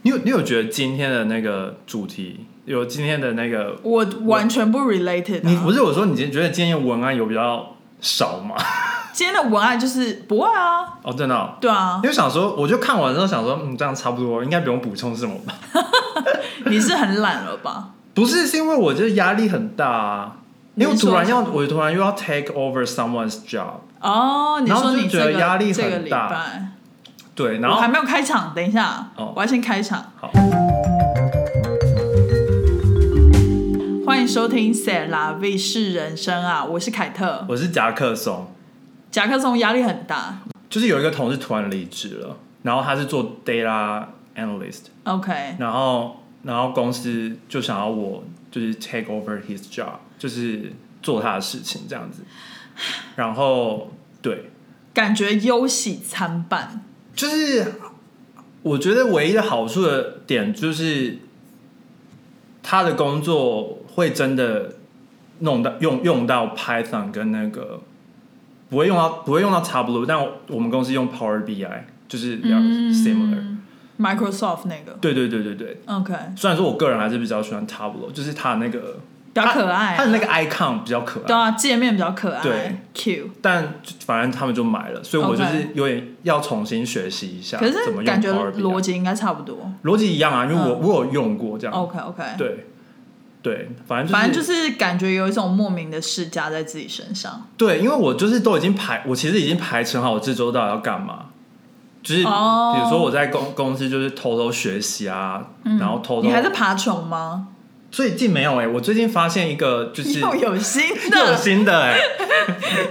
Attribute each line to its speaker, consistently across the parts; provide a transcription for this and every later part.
Speaker 1: 你有觉得今天的那个主题，有今天的那个，
Speaker 2: 我完全不 related
Speaker 1: 你
Speaker 2: 啊。
Speaker 1: 不是我说你今天觉得今天文案有比较少吗？
Speaker 2: 今天的文案就是不会啊，
Speaker 1: 哦，真的哦、
Speaker 2: 对啊
Speaker 1: 因，为想说，我就看完之后想说，嗯，这样差不多，应该不用补充什么吧？
Speaker 2: 你是很懒了吧？
Speaker 1: 不是，是因为我觉得压力很大啊，因为我
Speaker 2: 你是
Speaker 1: 突
Speaker 2: 说
Speaker 1: 然要，
Speaker 2: 什么
Speaker 1: 我突然又要 take over someone's job，
Speaker 2: 哦，你
Speaker 1: 然后
Speaker 2: 说
Speaker 1: 就
Speaker 2: 你
Speaker 1: 觉
Speaker 2: 这
Speaker 1: 得
Speaker 2: 个
Speaker 1: 压力
Speaker 2: 这个
Speaker 1: 很
Speaker 2: 礼
Speaker 1: 大
Speaker 2: 拜，
Speaker 1: 对，然
Speaker 2: 我
Speaker 1: 后
Speaker 2: 还没有开场，等一下，
Speaker 1: 哦
Speaker 2: 我要先开场。
Speaker 1: 好，
Speaker 2: 欢迎收听《塞拉 V 是人生》啊，我是凯特。
Speaker 1: 我是夹克松，
Speaker 2: 夹克松压力很大
Speaker 1: 就是有一个同事突然离职了，然后他是做 data analyst，
Speaker 2: ，OK，
Speaker 1: 然后然后公司就想要我就是 take over his job，就是做他的事情这样子，然后对，
Speaker 2: 感觉忧喜参半。
Speaker 1: 就是我觉得唯一的好处的点就是他的工作会真的弄到用用到 Python 跟那个不会用到不会用到 Tableau，但我们公司用 Power BI，就是比较 similar、
Speaker 2: Microsoft 那个
Speaker 1: 对对对对对，
Speaker 2: ，OK，
Speaker 1: 虽然说我个人还是比较喜欢 Tableau，就是它那个
Speaker 2: 比较可爱啊
Speaker 1: 它的那个 icon 比较可
Speaker 2: 对
Speaker 1: 爱，
Speaker 2: 啊，界面比较可
Speaker 1: 对
Speaker 2: 爱，Q。
Speaker 1: 但反正他们就买了，所以我就是
Speaker 2: OK
Speaker 1: 有点要重新学习一下
Speaker 2: 可
Speaker 1: 怎么
Speaker 2: 是
Speaker 1: 用
Speaker 2: 感觉
Speaker 1: Power 啊 BI。
Speaker 2: 逻辑应该差不多。
Speaker 1: 逻辑一样啊，因为我、
Speaker 2: 嗯
Speaker 1: 我有用过这样。
Speaker 2: OK OK，
Speaker 1: 对对，反正就是、
Speaker 2: 反正就是感觉有一种莫名的施加在自己身上。
Speaker 1: 对，因为我就是都已经排，我其实已经排成好我这周到底要干嘛。就是比
Speaker 2: 哦
Speaker 1: 如说我在公公司就是偷偷学习啊，然后偷偷
Speaker 2: 嗯你还在爬虫吗？
Speaker 1: 最近没有哎、我最近发现一个就是
Speaker 2: 又有新
Speaker 1: 又 有
Speaker 2: 的，
Speaker 1: 新的哎、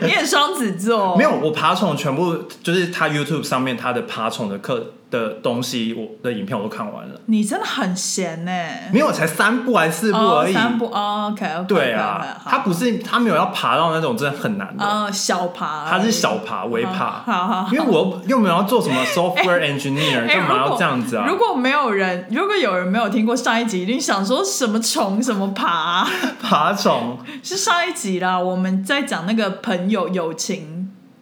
Speaker 2: 你也双子座，
Speaker 1: 没有我爬虫全部就是他 YouTube 上面他的爬虫的课的东西，我的影片我都看完了，
Speaker 2: 你真的很闲呢、欸。
Speaker 1: 没有才三部还是四部
Speaker 2: 哦
Speaker 1: 而已，
Speaker 2: 三步哦，OK OK，
Speaker 1: 对啊，他不是他没有要爬到那种真的很难的，
Speaker 2: 呃小爬而已，
Speaker 1: 他是小爬微爬，
Speaker 2: 好好好
Speaker 1: 因为我又没有要做什么 software engineer，
Speaker 2: 哎
Speaker 1: 干嘛
Speaker 2: 如
Speaker 1: 要
Speaker 2: 果
Speaker 1: 这样子啊？
Speaker 2: 如果没有人，如果有人没有听过上一集，一定想说什么虫什么爬啊、
Speaker 1: 爬虫
Speaker 2: 是上一集啦，我们在讲那个朋友友情。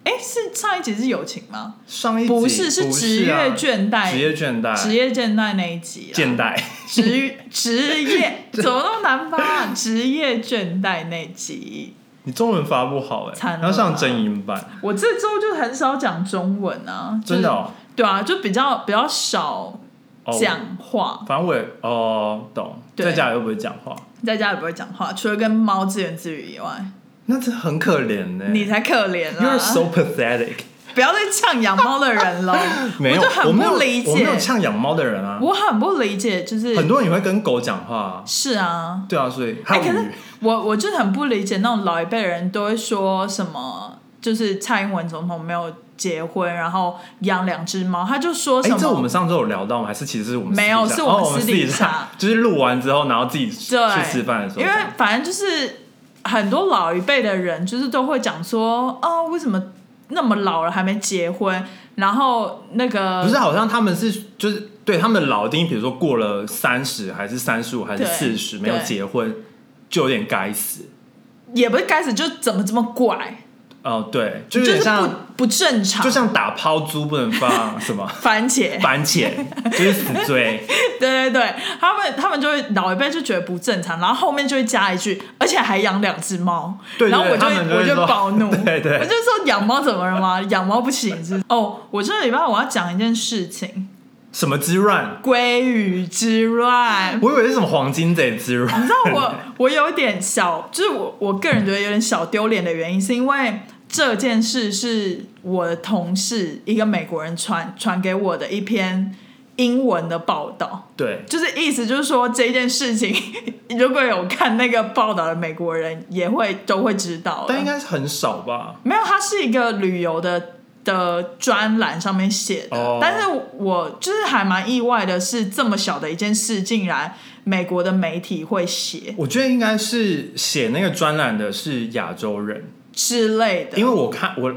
Speaker 2: 哎，是上一集是友情吗？
Speaker 1: 上一集
Speaker 2: 不是，
Speaker 1: 不
Speaker 2: 职业
Speaker 1: 啊
Speaker 2: 倦怠，
Speaker 1: 职业倦怠，
Speaker 2: 职业倦怠那一集啦。啊
Speaker 1: 倦怠，
Speaker 2: 职职业怎么那么难发？职业倦怠那集，
Speaker 1: 你中文发不好哎、
Speaker 2: 惨
Speaker 1: 欸，
Speaker 2: 了
Speaker 1: 要上正音版，
Speaker 2: 我这周就很少讲中文啊，就是
Speaker 1: 真的哦。
Speaker 2: 对啊，就比较比较少
Speaker 1: 哦
Speaker 2: 讲话，
Speaker 1: 反正我也哦懂，
Speaker 2: 对
Speaker 1: 在家里又不会讲话，
Speaker 2: 在家也不会讲话，除了跟猫自言自语以外，
Speaker 1: 那真的很可怜呢、
Speaker 2: 你才可怜
Speaker 1: You're
Speaker 2: 啦！
Speaker 1: so pathetic。
Speaker 2: 不要再呛养猫的 人喽，
Speaker 1: 没有，
Speaker 2: 我就很
Speaker 1: 没有
Speaker 2: 不理解，
Speaker 1: 我没有呛养猫的人啊。
Speaker 2: 我很不理解，就是
Speaker 1: 很多人也会跟狗讲话、啊，
Speaker 2: 是啊，
Speaker 1: 对啊，所以还
Speaker 2: 哎、
Speaker 1: 有
Speaker 2: 可
Speaker 1: 鱼
Speaker 2: 是，我我就很不理解那种老一辈人都会说什么，就是蔡英文总统没有结婚，然后养两只猫，他就说什
Speaker 1: 哎、
Speaker 2: 么，
Speaker 1: 这我们上周有聊到吗？还是其实是我们私底
Speaker 2: 没有
Speaker 1: 下
Speaker 2: 是
Speaker 1: 哦
Speaker 2: 我
Speaker 1: 我
Speaker 2: 们
Speaker 1: 们
Speaker 2: 私
Speaker 1: 底
Speaker 2: 底
Speaker 1: 下，
Speaker 2: 下
Speaker 1: 就是录完之后，然后自己去
Speaker 2: 对
Speaker 1: 吃饭的时候
Speaker 2: 因为
Speaker 1: 讲，
Speaker 2: 反正就是很多老一辈的人就是都会讲说，哦，为什么那么老了还没结婚？然后那个
Speaker 1: 不是啊好像他们是就是对他们的老丁，比如说过了三十还是三十五还是
Speaker 2: 对
Speaker 1: 四十没有
Speaker 2: 对
Speaker 1: 结婚，就有点该死。
Speaker 2: 也不是开始就怎么这么怪，
Speaker 1: 哦、对，就有
Speaker 2: 就
Speaker 1: 点
Speaker 2: 是
Speaker 1: 像
Speaker 2: 不不正常，
Speaker 1: 就像打抛猪不能放什 么
Speaker 2: 番茄。
Speaker 1: 番茄，就是死罪。
Speaker 2: 对对对，他们他们就会老一辈就觉得不正常，然后后面就会加一句，而且还养两只猫，
Speaker 1: 对对
Speaker 2: 然后我就
Speaker 1: 他们就会
Speaker 2: 我
Speaker 1: 说
Speaker 2: 就暴怒，
Speaker 1: 对对
Speaker 2: 我就说养猫怎么了吗？养猫不行是不是哦，我这礼拜我要讲一件事情，
Speaker 1: 什么之乱？
Speaker 2: 鲑鱼之乱。
Speaker 1: 我以为是什么黄金贼之乱。
Speaker 2: 你知道我我有点小，就是我我个人觉得有点小丢脸的原因，是因为这件事是我的同事一个美国人传传给我的一篇英文的报道。
Speaker 1: 对，
Speaker 2: 就是意思就是说这件事情， 如果有看那个报道的美国人，也会都会知道了。
Speaker 1: 但应该是很少吧。
Speaker 2: 没有，它是一个旅游的的专栏上面写的。
Speaker 1: 哦
Speaker 2: 但是我就是还蛮意外的是，这么小的一件事，竟然美国的媒体会写
Speaker 1: 我觉得应该是写那个专栏的是亚洲人，
Speaker 2: 之类的，
Speaker 1: 因为
Speaker 2: 为
Speaker 1: 我看我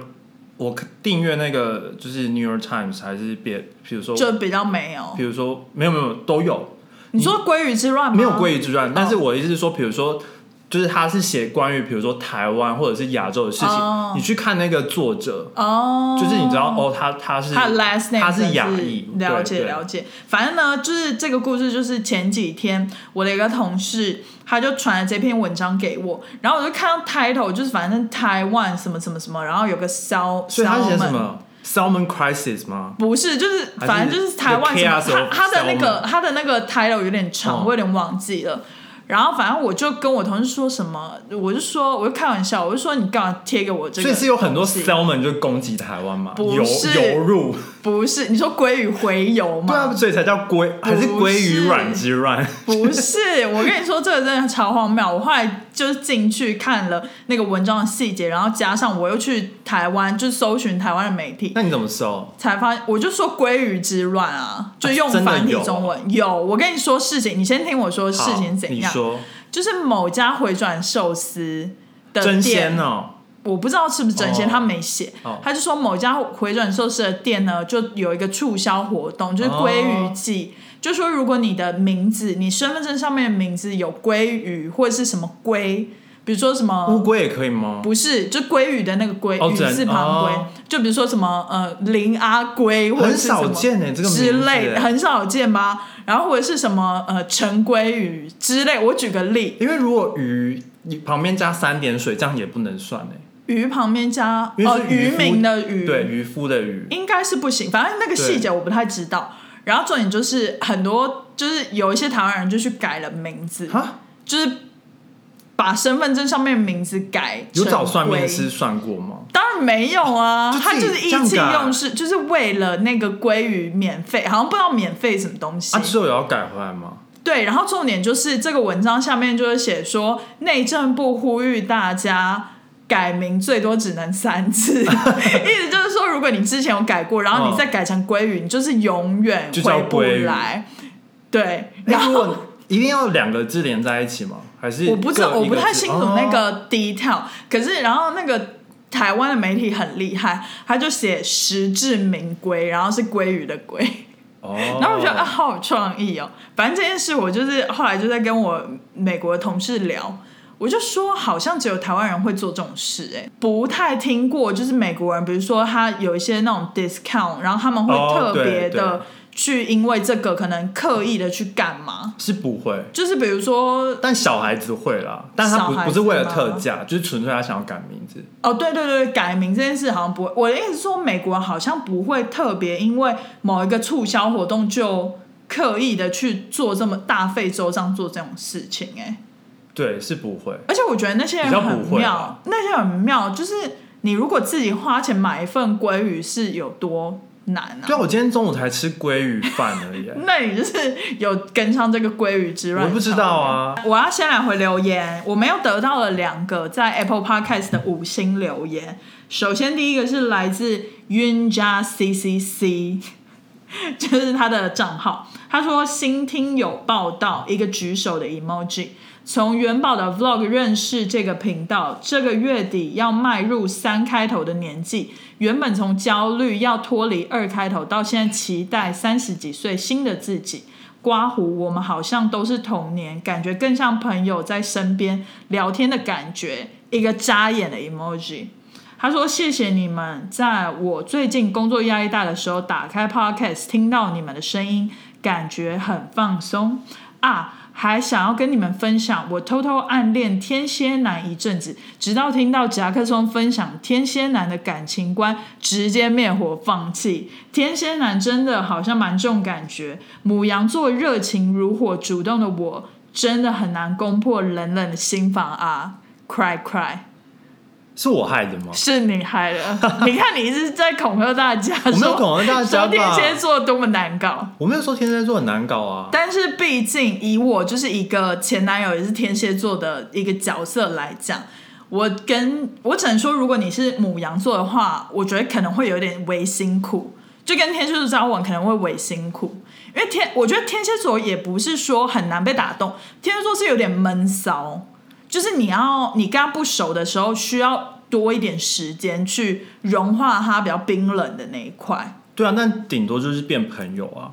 Speaker 1: 我订阅那个就是 New York Times 还是别，比如说
Speaker 2: 就比较没有
Speaker 1: 比。如说没有没有都有，
Speaker 2: 你说鲑鱼之乱吗？哦
Speaker 1: 没有归于之乱，但是我的意思是说，比如说就是他是写关于比如说台湾或者是亚洲的事情，
Speaker 2: 哦
Speaker 1: 你去看那个作者，
Speaker 2: 哦，
Speaker 1: 就是你知道哦，他他是
Speaker 2: 他的 last name
Speaker 1: 他
Speaker 2: 真
Speaker 1: 是
Speaker 2: 是
Speaker 1: 亚裔，
Speaker 2: 了
Speaker 1: 对
Speaker 2: 解
Speaker 1: 对
Speaker 2: 了解。反正呢，就是这个故事，就是前几天我的一个同事，他就传了这篇文章给我，然后我就看到 title，就是反正台湾什么什么什么，然后有个 sal，
Speaker 1: 所以他写
Speaker 2: salmon
Speaker 1: 什么 Salmon Crisis 吗？
Speaker 2: 不是，就是
Speaker 1: 还是
Speaker 2: 反正就是台湾什
Speaker 1: The
Speaker 2: 么，
Speaker 1: Chaos
Speaker 2: 他
Speaker 1: of
Speaker 2: 他的那个
Speaker 1: Selma
Speaker 2: 他的那个 title 有点长，
Speaker 1: 嗯
Speaker 2: 我有点忘记了。然后反正我就跟我同事说什么，我就说我就开玩笑，我就说你干嘛贴给我这
Speaker 1: 所
Speaker 2: 个东
Speaker 1: 以
Speaker 2: 西？
Speaker 1: 是有很多 Salmon 就攻击台湾嘛，
Speaker 2: 不
Speaker 1: 游
Speaker 2: 是
Speaker 1: 游 入，
Speaker 2: 不是你说鲑鱼回游吗？
Speaker 1: 对啊，所以才叫鲑，还是鲑鱼卵之乱？
Speaker 2: 不是，我跟你说，这个真的超荒谬。我后来就是进去看了那个文章的细节，然后加上我又去台湾，就是搜寻台湾的媒体，
Speaker 1: 那你怎么搜？
Speaker 2: 才发现我就说“鲑鱼之乱”啊，就用
Speaker 1: 真的
Speaker 2: 繁体
Speaker 1: 有哦
Speaker 2: 中文、有我跟你说事情，你先听我说事
Speaker 1: 好
Speaker 2: 情怎
Speaker 1: 你
Speaker 2: 样，
Speaker 1: 说
Speaker 2: 就是某家回转寿司的
Speaker 1: 真
Speaker 2: 呃店
Speaker 1: 鲜哦，
Speaker 2: 我不知道是不是真鲜，
Speaker 1: 哦
Speaker 2: 他没写。
Speaker 1: 哦
Speaker 2: 他就说某家回转寿司的店呢，就有一个促销活
Speaker 1: 哦
Speaker 2: 动，就是鲑鱼季。就说如果你的名字，你身份证上面的名字有鲑鱼或者是什么龟，比如说什么
Speaker 1: 乌龟也可以吗？
Speaker 2: 嗯不是，就鲑鱼的那个鲑，
Speaker 1: 哦
Speaker 2: 鱼
Speaker 1: 真
Speaker 2: 字旁鲑，
Speaker 1: 哦
Speaker 2: 就比如说什么呃林阿龟，或者是什么
Speaker 1: 很少见欸这个名字
Speaker 2: 之类的，
Speaker 1: 欸
Speaker 2: 很少见吧？然后或者是什么呃陈鲑鱼之类，我举个例，
Speaker 1: 因为如果鱼你旁边加三点水，这样也不能算哎。
Speaker 2: 鱼旁边加
Speaker 1: 因为
Speaker 2: 哦
Speaker 1: 是
Speaker 2: 渔
Speaker 1: 渔夫
Speaker 2: 民的鱼，
Speaker 1: 对，渔夫的鱼，
Speaker 2: 应该是不行，反正那
Speaker 1: 对
Speaker 2: 个细节我不太知道。然后重点就是很多就是有一些台湾人就去改了名字，
Speaker 1: 哈，
Speaker 2: 就是把身份证上面的名字改
Speaker 1: 有
Speaker 2: 成
Speaker 1: 找算命
Speaker 2: 龟
Speaker 1: 师算过吗？
Speaker 2: 当然没有啊，
Speaker 1: 就自己
Speaker 2: 他就是意气
Speaker 1: 这样改啊
Speaker 2: 用事，就是为了那个鲑鱼免费，好像不知道免费什么东西。
Speaker 1: 啊，之后有要改回来 吗？
Speaker 2: 对，然后重点就是这个文章下面就是写说，内政部呼吁大家改名最多只能 三次，意思就是说，如果你之前有改过，然后你
Speaker 1: 嗯
Speaker 2: 再改成鲑鱼，你就是永远
Speaker 1: 就叫
Speaker 2: 回不
Speaker 1: 鲑鱼
Speaker 2: 来。对，然
Speaker 1: 哎那如
Speaker 2: 后
Speaker 1: 果一定要两个字连在一起吗？还是
Speaker 2: 我不知道，
Speaker 1: 各一
Speaker 2: 我
Speaker 1: 个
Speaker 2: 不太
Speaker 1: 字
Speaker 2: 清楚那
Speaker 1: 哦
Speaker 2: 个 detail，、可是然后那个。台湾的媒体很厉害，他就写实至名归，然后是鲑鱼的鲑。
Speaker 1: 哦，
Speaker 2: 然后我觉得啊，好有创意哦。反正这件事，我就是后来就在跟我美国的同事聊，我就说好像只有台湾人会做这种事、哎，不太听过，就是美国人，比如说他有一些那种 discount，然后他们会
Speaker 1: 哦
Speaker 2: 特别
Speaker 1: 对
Speaker 2: 的
Speaker 1: 对
Speaker 2: 去因为这个可能刻意的去干嘛，
Speaker 1: 是不会，
Speaker 2: 就是比如说
Speaker 1: 但小孩子会啦，但他不
Speaker 2: 小孩子
Speaker 1: 不是为了
Speaker 2: 吗
Speaker 1: 特价，就是纯粹他想要改名字。
Speaker 2: 哦，对对对，改名这件事好像不会。我的意思是说，美国好像不会特别因为某一个促销活动就刻意的去做这么大费周章做这种事情、哎，
Speaker 1: 对，是不会。
Speaker 2: 而且我觉得那些人
Speaker 1: 比较不
Speaker 2: 很
Speaker 1: 会
Speaker 2: 妙
Speaker 1: 吧，
Speaker 2: 那些人很妙，就是你如果自己花钱买一份鲑鱼是有多难啊？
Speaker 1: 对啊，我今天中午才吃鲑鱼饭而已、 欸
Speaker 2: 那你就是有跟上这个鲑鱼之乱？
Speaker 1: 我不知道啊。
Speaker 2: 我要先来回留言，我们又得到了两个在 Apple Podcast 的五星留言。首先第一个是来自 Yunja CCC，就是他的账号，他说新听友报道一个举手的 emoji。从元宝的 Vlog 认识这个频道，这个月底要迈入三开头的年纪，原本从焦虑要脱离二开头，到现在期待三十几岁新的自己。刮胡，我们好像都是童年，感觉更像朋友在身边聊天的感觉。一个扎眼的 emoji。他说：“谢谢你们，在我最近工作压力大的时候，打开 podcast，听到你们的声音，感觉很放松啊。”还想要跟你们分享，我偷偷暗恋天蝎男一阵子，直到听到夹克松分享天蝎男的感情观，直接灭火放弃。天蝎男真的好像蛮重感觉，母羊座热情如火，主动的我真的很难攻破冷冷的心房啊！Cry cry。
Speaker 1: 是我害的 吗？
Speaker 2: 是你害了。你看，你一直在恐吓大家，
Speaker 1: 我没有
Speaker 2: 说
Speaker 1: 恐吓大家
Speaker 2: 说天
Speaker 1: 吧
Speaker 2: 蝎座多么难搞。
Speaker 1: 我没有说天蝎座很难搞啊。
Speaker 2: 但是毕竟以我就是一个前男友也是天蝎座的一个角色来讲，我跟我只能说，如果你是母羊座的话，我觉得可能会有点微辛苦，就跟天蝎座交往可能会微辛苦，因为天我觉得天蝎座也不是说很难被打动，天蝎座是有点闷骚，就是你要你跟他不熟的时候，需要多一点时间去融化他比较冰冷的那一块。
Speaker 1: 对啊，但顶多就是变朋友啊。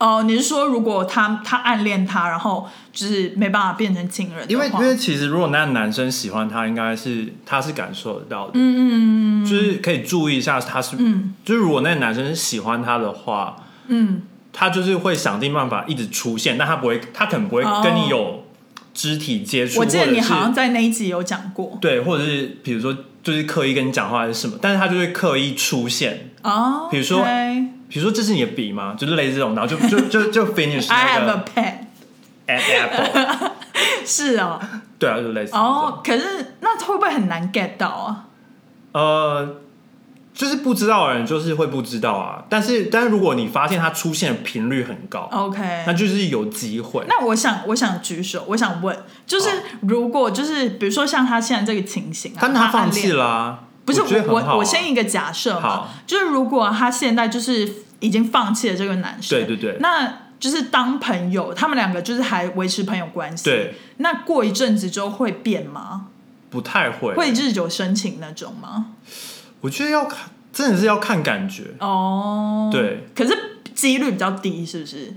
Speaker 2: 哦，你是说如果他他暗恋他，然后就是没办法变成情人的话，
Speaker 1: 因为因为其实如果那个男生喜欢她，应该是她是感受得到的，
Speaker 2: 嗯嗯嗯
Speaker 1: 就是可以注意一下他是，
Speaker 2: 嗯
Speaker 1: 就是如果那个男生喜欢她的话，
Speaker 2: 嗯
Speaker 1: 他就是会想尽办法一直出现，但他不会，他可能不会
Speaker 2: 哦
Speaker 1: 跟你有肢体接触，
Speaker 2: 嗯，我记
Speaker 1: 或
Speaker 2: 得
Speaker 1: 者
Speaker 2: 你好
Speaker 1: 是
Speaker 2: 像在那一集有讲过
Speaker 1: 对，或者是比如说就是刻意跟你讲话还是什么，但是他就会刻意出现，
Speaker 2: 哦，
Speaker 1: 比如说
Speaker 2: OK
Speaker 1: 比如说这是你的笔吗？就是类似这种，然后就就就就 finish
Speaker 2: I have
Speaker 1: 那
Speaker 2: a
Speaker 1: 个
Speaker 2: pen，
Speaker 1: at apple，
Speaker 2: 是哦，
Speaker 1: 对啊，就类似这种，
Speaker 2: 哦，可是那会不会很难 get 到啊？
Speaker 1: 呃。就是不知道的人就是会不知道啊，但是但是如果你发现他出现的频率很高，那
Speaker 2: OK，
Speaker 1: 就是有机会。
Speaker 2: 哦那我想我想举手，我想问，就是
Speaker 1: 好
Speaker 2: 如果就是比如说像他现在这个情形啊，
Speaker 1: 但他放弃
Speaker 2: 了。
Speaker 1: 啦、
Speaker 2: 不是
Speaker 1: 我觉得
Speaker 2: 我
Speaker 1: 很好啊、
Speaker 2: 我先一个假设嘛
Speaker 1: 好，
Speaker 2: 就是如果他现在就是已经放弃了这个男生，
Speaker 1: 对对对
Speaker 2: 那就是当朋友，他们两个就是还维持朋友关系，
Speaker 1: 对，
Speaker 2: 那过一阵子之后会变吗？
Speaker 1: 不太会，
Speaker 2: 会日久生情那种吗？
Speaker 1: 我觉得要看，真的是要看感觉。
Speaker 2: 哦，
Speaker 1: 对，
Speaker 2: 可是几率比较低，是不是？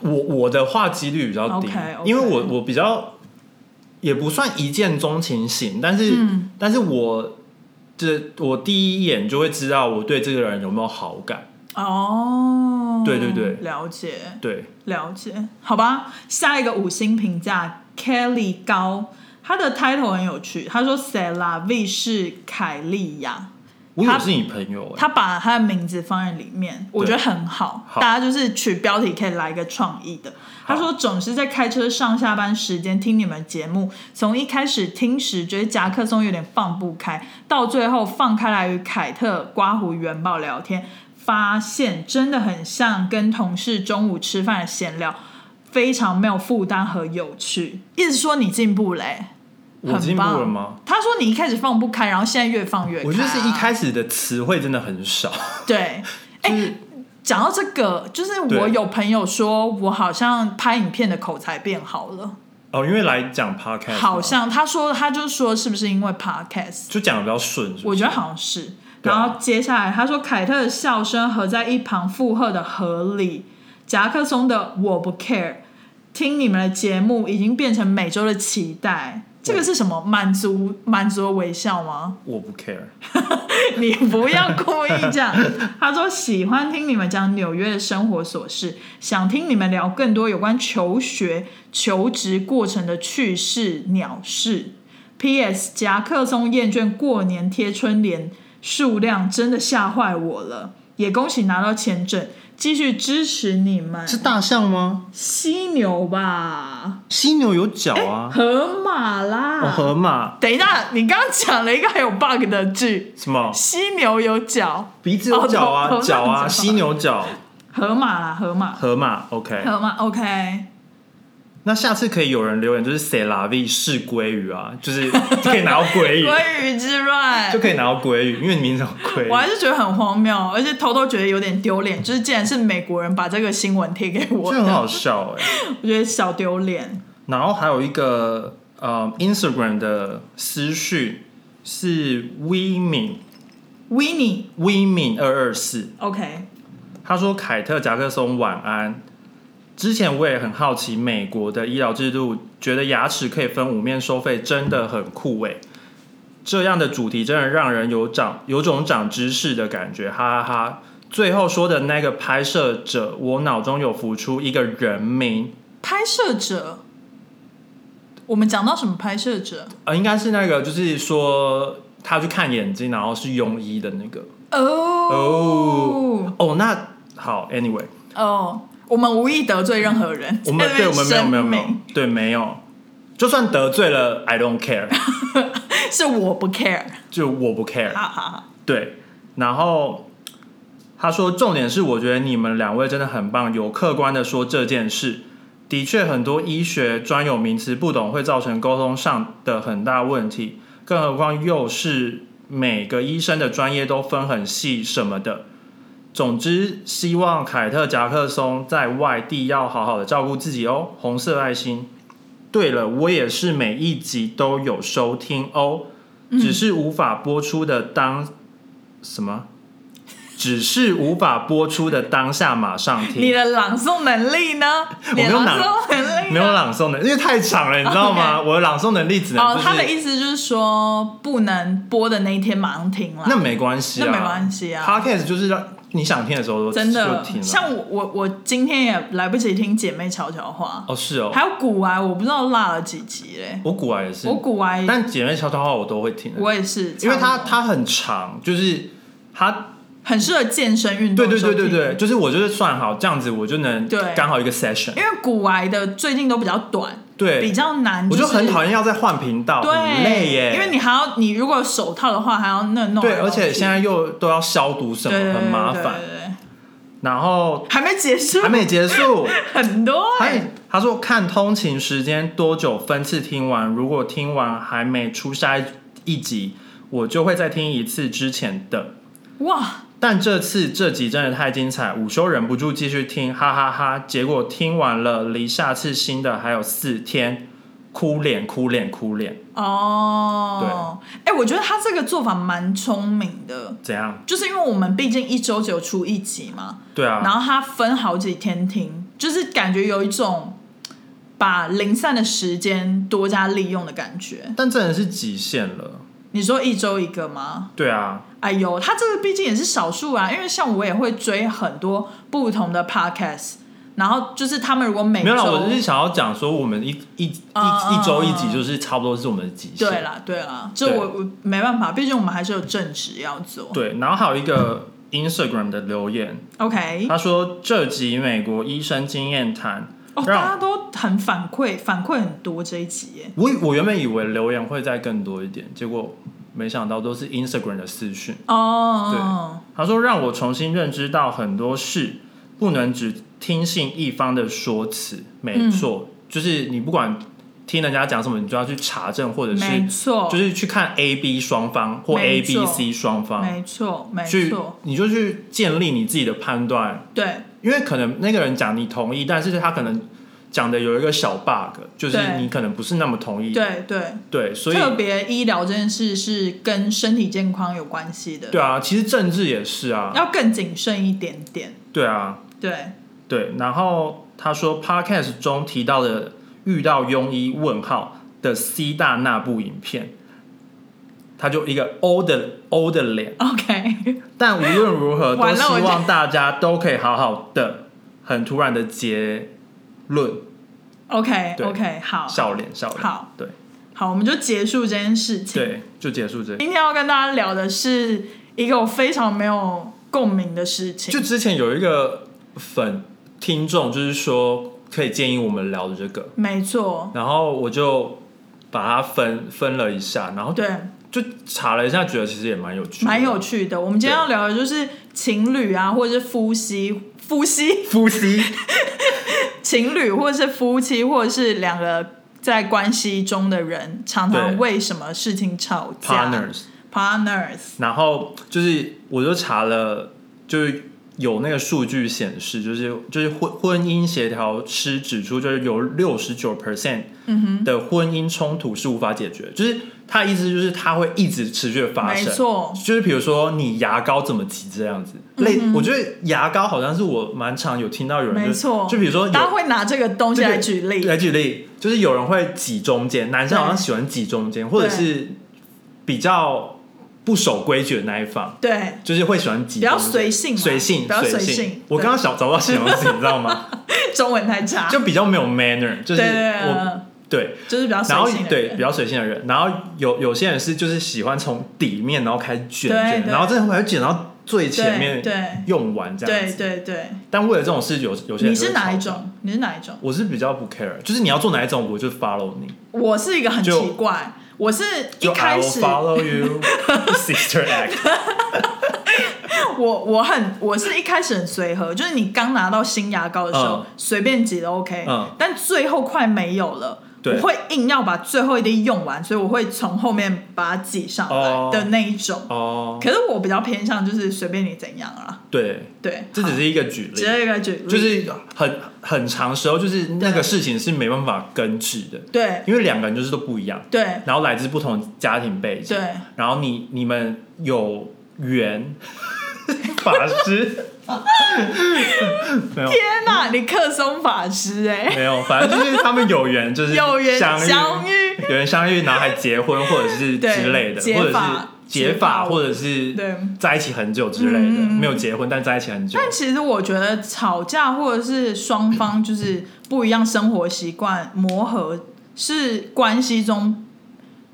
Speaker 1: 我我的话几率比较低
Speaker 2: OK，OK
Speaker 1: 因为我我比较也不算一见钟情型，但是、
Speaker 2: 嗯
Speaker 1: 但是我这我第一眼就会知道我对这个人有没有好感。
Speaker 2: 哦，
Speaker 1: 对对对
Speaker 2: 了解
Speaker 1: 对，
Speaker 2: 了解，好吧，下一个五星评价 Kelly 高。他的 title 很有趣，他说 s e l a V 是凯莉亚，
Speaker 1: 我以
Speaker 2: 他
Speaker 1: 为是你朋友、欸，
Speaker 2: 他把他的名字放在里面，我觉得很好。
Speaker 1: 好
Speaker 2: 大家就是取标题可以来一个创意的。他
Speaker 1: 好
Speaker 2: 说总是在开车上下班时间听你们节目，从一开始听时觉得夹克松有点放不开，到最后放开来与凯特、刮胡、元宝聊天，发现真的很像跟同事中午吃饭的闲聊，非常没有负担和有趣。意思说你进步嘞、
Speaker 1: 我进步了吗
Speaker 2: 很棒？他说你一开始放不开，然后现在越放越开啊、
Speaker 1: 我觉得是一开始的词汇真的很少，
Speaker 2: 对， 哎、
Speaker 1: 就是
Speaker 2: 讲到这个，就是我
Speaker 1: 对
Speaker 2: 有朋友说，我好像拍影片的口才变好了，
Speaker 1: 哦，因为来讲 podcast，嘛
Speaker 2: 好像他说，他就说是不是因为 podcast？
Speaker 1: 就讲的比较顺，是不是
Speaker 2: 我觉得好像是。
Speaker 1: 对啊
Speaker 2: 然后接下来他说，凯特的笑声和在一旁附和的合理，夹克松的我不 care，听你们的节目已经变成每周的期待。这个是什么？满足满足的微笑吗？
Speaker 1: 我不 care。
Speaker 2: 你不要故意这样。他说喜欢听你们讲纽约的生活琐事，想听你们聊更多有关求学、求职过程的趣事、鸟事。P.S. 夹克松厌倦过年贴春联数量，真的吓坏我了。也恭喜拿到签证，继续支持你们。
Speaker 1: 是大象吗？
Speaker 2: 犀牛吧，
Speaker 1: 犀牛有角啊，
Speaker 2: 河哎马啦。
Speaker 1: 哦，河马
Speaker 2: 等一下，你刚刚讲了一个很有 bug 的句，
Speaker 1: 什么
Speaker 2: 犀牛有角。
Speaker 1: 鼻子有角
Speaker 2: 哦头
Speaker 1: 啊，
Speaker 2: 头
Speaker 1: 角
Speaker 2: 上角
Speaker 1: 啊，犀牛角，
Speaker 2: 河马啦，河马，
Speaker 1: 河马。OK，
Speaker 2: 河马，OK，
Speaker 1: 那下次可以有人留言，就是 “say la v 是鲑鱼啊， 就是可以拿到鲑鱼，
Speaker 2: 鲑鱼之乱
Speaker 1: 就。可以拿到鲑鱼，因为你名字有鲑
Speaker 2: 我还
Speaker 1: 鱼。
Speaker 2: 是觉得很荒谬，而且偷偷觉得有点丢脸，就是竟然是美国人把这个新闻贴给我
Speaker 1: 这很
Speaker 2: 的，
Speaker 1: 好笑哎、
Speaker 2: 我觉得小丢脸。
Speaker 1: 然后还有一个呃，Instagram 的私讯是 w e m i n
Speaker 2: w i n n i
Speaker 1: w e m i n 二二四，
Speaker 2: o k
Speaker 1: 他说：“凯特·夹克松，晚安。之前我也很好奇美国的医疗制度，觉得牙齿可以分五面收费，真的很酷诶。这样的主题真的让人有长有种长知识的感觉，哈哈哈。最后说的那个拍摄者，我脑中有浮出一个人名，
Speaker 2: 拍摄者，我们讲到什么拍摄者？
Speaker 1: 呃，应该是那个，就是说他去看眼睛，然后是庸医的那个。
Speaker 2: 哦
Speaker 1: 哦哦，那好，anyway，
Speaker 2: 哦，我们无意得罪任何人，
Speaker 1: 我们
Speaker 2: 在
Speaker 1: 对
Speaker 2: 这
Speaker 1: 我
Speaker 2: 边
Speaker 1: 们没有没有
Speaker 2: 声
Speaker 1: 没有
Speaker 2: 明，
Speaker 1: 对没有，就算得罪了，I don't care，
Speaker 2: 是我不 care，
Speaker 1: 就我不 care。
Speaker 2: 哈哈哈。
Speaker 1: 对，然后他说重点是，我觉得你们两位真的很棒，有客观的说这件事。的确，很多医学专有名词不懂会造成沟通上的很大问题，更何况又是每个医生的专业都分很细什么的。总之，希望凯特·夹克松在外地要好好的照顾自己哦。红色爱心。对了，我也是每一集都有收听哦，只是无法播出的当什么只是无法播出的当下马上听。
Speaker 2: 你的朗诵能力呢？你
Speaker 1: 没
Speaker 2: 的
Speaker 1: 有
Speaker 2: 朗
Speaker 1: 朗
Speaker 2: 诵能力呢
Speaker 1: 没有朗诵能，因为太长了，你知道 吗
Speaker 2: OK
Speaker 1: 我的朗诵能力只能、就
Speaker 2: 哦
Speaker 1: 是，
Speaker 2: 他的意思就是说不能播的那一天马上听了。
Speaker 1: 那没关系啊，
Speaker 2: 那没关系啊
Speaker 1: Podcast 就是让你想听的时候都
Speaker 2: 真
Speaker 1: 就
Speaker 2: 的
Speaker 1: 听，了。
Speaker 2: 像我我我今天也来不及听姐妹悄悄话，
Speaker 1: 哦是哦，
Speaker 2: 还有古癌，我不知道落了几集嘞。
Speaker 1: 我古玩也是，
Speaker 2: 我古癌，
Speaker 1: 但姐妹悄悄话我都会听的，
Speaker 2: 我也是，
Speaker 1: 因为它
Speaker 2: 差不多
Speaker 1: 它很长，就是它
Speaker 2: 很适合健身运
Speaker 1: 对
Speaker 2: 动的
Speaker 1: 对
Speaker 2: 时候
Speaker 1: 对
Speaker 2: 听。
Speaker 1: 对对，就是我就是算好这样子，我就能
Speaker 2: 对
Speaker 1: 刚好一个 session，
Speaker 2: 因为古癌的最近都比较短，
Speaker 1: 对，
Speaker 2: 比较难、
Speaker 1: 我
Speaker 2: 就
Speaker 1: 就是很讨厌要再换频道，很
Speaker 2: 对，
Speaker 1: 累耶，
Speaker 2: 因为你还要你如果有手套的话，还要那弄
Speaker 1: 对，
Speaker 2: 来弄
Speaker 1: 而且
Speaker 2: 去
Speaker 1: 现在又都要消毒什么，
Speaker 2: 对对对
Speaker 1: 很麻
Speaker 2: 对
Speaker 1: 烦
Speaker 2: 对。对对
Speaker 1: 然后
Speaker 2: 还没结束，
Speaker 1: 还没结束，
Speaker 2: 很多、
Speaker 1: 还
Speaker 2: 欸，
Speaker 1: 哎他说看通勤时间多久分次听完，如果听完还没出下一集，我就会再听一次之前的。
Speaker 2: 哇，
Speaker 1: 但这次这集真的太精彩，午休忍不住继续听，哈哈哈结果听完了，离下次新的还有四天，哭脸哭脸哭脸，
Speaker 2: 哦，哎、我觉得他这个做法蛮聪明的，
Speaker 1: 怎样？
Speaker 2: 就是因为我们毕竟一周只有出一集嘛，
Speaker 1: 对啊，
Speaker 2: 然后他分好几天听，就是感觉有一种把零散的时间多加利用的感觉。
Speaker 1: 但真的是极限了。
Speaker 2: 你说一周一个吗？
Speaker 1: 对啊，
Speaker 2: 哎呦，他这个毕竟也是少数啊，因为像我也会追很多不同的 podcast，然后就是他们如果每
Speaker 1: 没
Speaker 2: 周
Speaker 1: 有啦，我只是想要讲说，我们一一一
Speaker 2: 啊
Speaker 1: 一周一集，就是差不多是我们的极限。
Speaker 2: 对啦，对啦，这
Speaker 1: 对
Speaker 2: 我我没办法，毕竟我们还是有正职要做。
Speaker 1: 对，然后还有一个 Instagram 的留言，
Speaker 2: ，OK，
Speaker 1: 他说这集美国医生经验谈，
Speaker 2: 哦，大
Speaker 1: 让
Speaker 2: 家都很反馈，反馈很多这一集耶。
Speaker 1: 我我原本以为留言会再更多一点，结果没想到都是 Instagram 的私讯。
Speaker 2: 哦，
Speaker 1: 他说让我重新认知到很多事，不能只听信一方的说辞。没错，
Speaker 2: 嗯
Speaker 1: 就是你不管听人家讲什么，你就要去查证，或者是
Speaker 2: 没错，
Speaker 1: 就是去看 A B 双方或 A
Speaker 2: 没
Speaker 1: B
Speaker 2: 错
Speaker 1: C 双方，
Speaker 2: 没错，没
Speaker 1: 去
Speaker 2: 错，
Speaker 1: 你就去建立你自己的判断。
Speaker 2: 对
Speaker 1: 因为可能那个人讲你同意，但是他可能讲的有一个小 bug，就是
Speaker 2: 对
Speaker 1: 你可能不是那么同意。
Speaker 2: 对对，
Speaker 1: 对所以
Speaker 2: 特别医疗这件事是跟身体健康有关系的，
Speaker 1: 对啊，其实政治也是啊，
Speaker 2: 要更谨慎一点点。
Speaker 1: 对啊，
Speaker 2: 对，
Speaker 1: 对。然后他说，podcast 中提到的遇到庸医问号的 C 大那部影片，他就一个 O 的 O 的脸，
Speaker 2: OK，
Speaker 1: 但无论如何，都
Speaker 2: 完了
Speaker 1: 希
Speaker 2: 我觉
Speaker 1: 望大家都可以好好的，很突然的结论，
Speaker 2: OK
Speaker 1: 对
Speaker 2: OK，好，
Speaker 1: 笑脸笑脸，
Speaker 2: 好，
Speaker 1: 对
Speaker 2: 好，我们就结束这件事情。
Speaker 1: 对，就结束这个。
Speaker 2: 今天要跟大家聊的是一个我非常没有共鸣的事情，
Speaker 1: 就之前有一个粉听众，就是说可以建议我们聊的这个，
Speaker 2: 没错，
Speaker 1: 然后我就把它分分了一下，然后
Speaker 2: 对，
Speaker 1: 就查了一下，觉得其实也蛮有趣的，
Speaker 2: 蛮有趣的。我们今天要聊的就是情侣啊，或者是夫妻、夫妻、
Speaker 1: 夫妻
Speaker 2: 情侣，或者是夫妻，或者是两个在关系中的人，常
Speaker 1: 对
Speaker 2: 常为什么事情吵架
Speaker 1: partners，
Speaker 2: partners
Speaker 1: 然后就是我就查了，就是。有那个数据显示，就是就是婚婚姻协调师指出，就是有六十九 percent
Speaker 2: 嗯
Speaker 1: 的婚姻冲突是无法解决，就是他的意思就是它会一直持续的发
Speaker 2: 没
Speaker 1: 生，
Speaker 2: 错，嗯
Speaker 1: 就是比如说你牙膏怎么挤这样子，类、我觉得牙膏好像是我蛮常有听到有人就
Speaker 2: 没错
Speaker 1: 就比如说有
Speaker 2: 大家会拿这个东西
Speaker 1: 这个
Speaker 2: 来举例，
Speaker 1: 来举例，就是有人会挤中间，男生
Speaker 2: 对
Speaker 1: 好像喜欢挤中间，或者
Speaker 2: 对
Speaker 1: 是比较不守规矩的那一方。
Speaker 2: 对，
Speaker 1: 就是会喜欢挤中
Speaker 2: 比
Speaker 1: 间，
Speaker 2: 较随性嘛
Speaker 1: 随性，
Speaker 2: 比较随性
Speaker 1: 性
Speaker 2: 对。
Speaker 1: 我刚刚想找不到形容词，你知道吗？
Speaker 2: 中文太差，
Speaker 1: 就比较没有 manner，就是
Speaker 2: 对对对
Speaker 1: 我
Speaker 2: 对
Speaker 1: 对，
Speaker 2: 就是比较随
Speaker 1: 然后
Speaker 2: 性的
Speaker 1: 对
Speaker 2: 人
Speaker 1: 比较随性的人，然后有有些人是就是喜欢从底面然后开始卷
Speaker 2: 对
Speaker 1: 卷，
Speaker 2: 对
Speaker 1: 然后真的会卷到最前面
Speaker 2: 对对
Speaker 1: 用完这样
Speaker 2: 对
Speaker 1: 子。
Speaker 2: 对对，
Speaker 1: 但为了这种事，有有些人
Speaker 2: 你
Speaker 1: 就会
Speaker 2: 是哪一
Speaker 1: 吵架？
Speaker 2: 种？你是哪一种？
Speaker 1: 我是比较不 care，就是你要做哪一种，我就 follow 你。
Speaker 2: 我是一个很
Speaker 1: 就
Speaker 2: 奇怪，我是一
Speaker 1: 就
Speaker 2: 开
Speaker 1: I will
Speaker 2: 始
Speaker 1: follow you, sister act。
Speaker 2: 我我很我是一开始很随和，就是你刚拿到新牙膏的时候
Speaker 1: 嗯，
Speaker 2: 随、便挤都 OK，、
Speaker 1: 嗯
Speaker 2: 但最后快没有了。
Speaker 1: 对
Speaker 2: 我会硬要把最后一滴用完，所以我会从后面把它挤上
Speaker 1: 哦
Speaker 2: 来的那一种。
Speaker 1: 哦，
Speaker 2: 可是我比较偏向就是随便你怎样啊，
Speaker 1: 对，
Speaker 2: 对，
Speaker 1: 这只是一个举
Speaker 2: 只
Speaker 1: 例，
Speaker 2: 有一个举例，
Speaker 1: 就是很很长时候，就是那个事情是没办法根治的，
Speaker 2: 对
Speaker 1: 因为两个人就是都不一样，
Speaker 2: 对
Speaker 1: 然后来自不同家庭背景。
Speaker 2: 对，
Speaker 1: 然后你你们有缘，法 师，没有
Speaker 2: 天哪，你克松法师哎、
Speaker 1: 没有，反正就是他们有缘，就是
Speaker 2: 有缘
Speaker 1: 相
Speaker 2: 相遇
Speaker 1: 有缘相遇，然后还结婚或者是
Speaker 2: 对
Speaker 1: 之类的，
Speaker 2: 结
Speaker 1: 或者是
Speaker 2: 发
Speaker 1: 结
Speaker 2: 结
Speaker 1: 发，
Speaker 2: 发
Speaker 1: 或者是
Speaker 2: 对嗯
Speaker 1: 在一起很久之类的，没有结婚但在一起很久。
Speaker 2: 但其实我觉得吵架或者是双方就是不一样生活习惯磨合，是关系中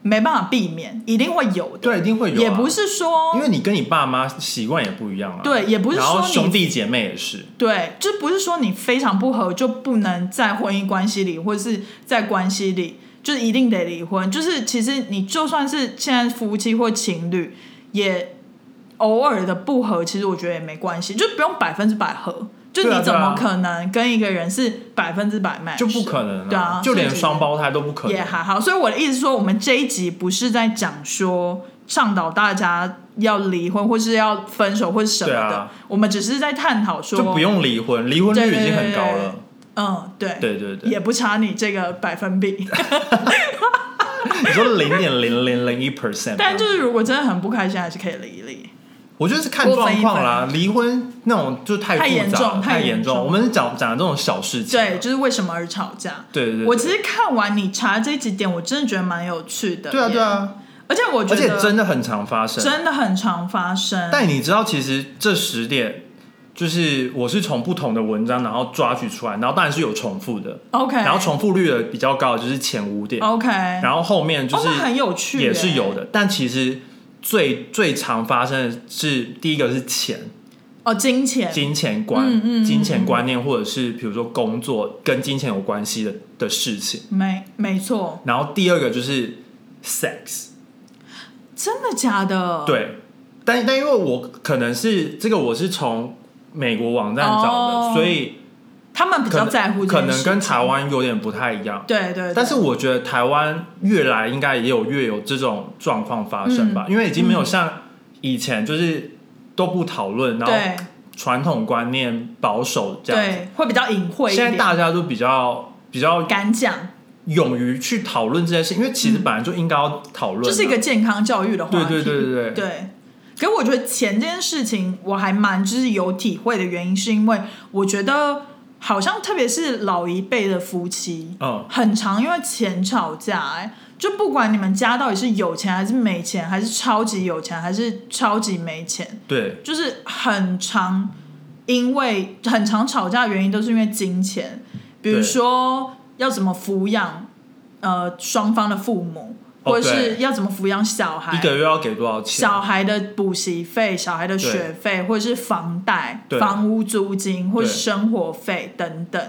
Speaker 2: 没办法避免，一定会有的。
Speaker 1: 对，一定会有、啊，
Speaker 2: 也不，是说
Speaker 1: 因为你跟你爸妈习惯也不一样啊。
Speaker 2: 对也不是
Speaker 1: 然后
Speaker 2: 说你
Speaker 1: 兄弟姐妹也是，
Speaker 2: 对，就不是说你非常不合就不能在婚姻关系里，或者是在关系里，就是一定得离婚。就是其实你就算是现在夫妻或情侣，也偶尔的不合，其实我觉得也没关系，就不用百分之百合。就
Speaker 1: 对啊
Speaker 2: 你怎
Speaker 1: 对啊
Speaker 2: 么可能跟一个人是百分之百 match？
Speaker 1: 就不可能、
Speaker 2: 对啊，
Speaker 1: 就连
Speaker 2: 所以
Speaker 1: 双胞胎都不可能。
Speaker 2: 也还好。所以我的意思是说，我们这一集不是在讲说倡导大家要离婚，或是要分手，或是什么
Speaker 1: 对
Speaker 2: 的。
Speaker 1: 啊
Speaker 2: 我们只是在探讨说，
Speaker 1: 就不用离婚，离婚率已经很高了。
Speaker 2: 嗯，对，
Speaker 1: 对对对，
Speaker 2: 也不差你这个百分比。
Speaker 1: 你说零点零零零一 percent，
Speaker 2: 但就是如果真的很不开心，还是可以离一离。
Speaker 1: 我觉得是看状况啦，离婚那种就太
Speaker 2: 太
Speaker 1: 复
Speaker 2: 严
Speaker 1: 杂了，
Speaker 2: 重
Speaker 1: 太
Speaker 2: 太严
Speaker 1: 严
Speaker 2: 重
Speaker 1: 我们是讲讲这种小事情，
Speaker 2: 对，就是为什么而吵架。
Speaker 1: 对啊对对，
Speaker 2: 我其实看完你查这几点，我真的觉得蛮有趣的。
Speaker 1: 对啊对，啊，
Speaker 2: 而且我觉
Speaker 1: 而且
Speaker 2: 得
Speaker 1: 真的很常发生。
Speaker 2: 真的很常发生。
Speaker 1: 但你知道，其实这十点就是我是从不同的文章然后抓取出来，然后当然是有重复的，
Speaker 2: OK，
Speaker 1: 然后重复率的比较高的就是前五点，
Speaker 2: OK，
Speaker 1: 然后后面就是
Speaker 2: 哦，那很有趣，
Speaker 1: 也是有。的，但其实最最常发生的是第一个是钱。
Speaker 2: 哦，金钱，
Speaker 1: 金钱观、
Speaker 2: 嗯嗯嗯
Speaker 1: 金钱观念，或者是比如说工作跟金钱有关系的的事情。
Speaker 2: 没没错，
Speaker 1: 然后第二个就是 sex，
Speaker 2: 真的假的？，
Speaker 1: 对，但但因为我可能是这个我是从美国网站找的，
Speaker 2: 哦
Speaker 1: 所以
Speaker 2: 他们比
Speaker 1: 可
Speaker 2: 较
Speaker 1: 能
Speaker 2: 在乎这
Speaker 1: 可
Speaker 2: 件
Speaker 1: 能
Speaker 2: 事
Speaker 1: 跟
Speaker 2: 情
Speaker 1: 台，湾有点不太一样。
Speaker 2: 对对对，
Speaker 1: 但是我觉得台湾越来应该也有越有这种状况发生
Speaker 2: 嗯
Speaker 1: 吧，因为已经没有像以前就是都不讨论，然后
Speaker 2: 对
Speaker 1: 传统观念保守这样子。
Speaker 2: 对会比较隐晦一
Speaker 1: 现在
Speaker 2: 点，
Speaker 1: 大家都比较比较
Speaker 2: 敢讲，
Speaker 1: 勇于去讨论这件事，因为其实本来就应该要讨论啊、
Speaker 2: 嗯就是一个健康教育的话
Speaker 1: 对对
Speaker 2: 题，
Speaker 1: 对对对
Speaker 2: 对，可是我觉得钱这件事情，我还蛮就是有体会的原因，是因为我觉得好像特别是老一辈的夫妻，
Speaker 1: 嗯
Speaker 2: 很常因为钱吵架、哎，就不管你们家到底是有钱还是没钱，还是超级有钱还是超级没钱，
Speaker 1: 对
Speaker 2: 就是很常因为很常吵架的原因都是因为金钱，比如
Speaker 1: 对
Speaker 2: 说要怎么抚养呃双方的父母。
Speaker 1: 哦
Speaker 2: 或者
Speaker 1: 对
Speaker 2: 是要怎么抚养小孩，
Speaker 1: 一个月要给多少钱？
Speaker 2: 小孩的补习费、小孩的学费，或者是房贷
Speaker 1: 对、
Speaker 2: 房屋租金，或
Speaker 1: 对
Speaker 2: 是生活费等等，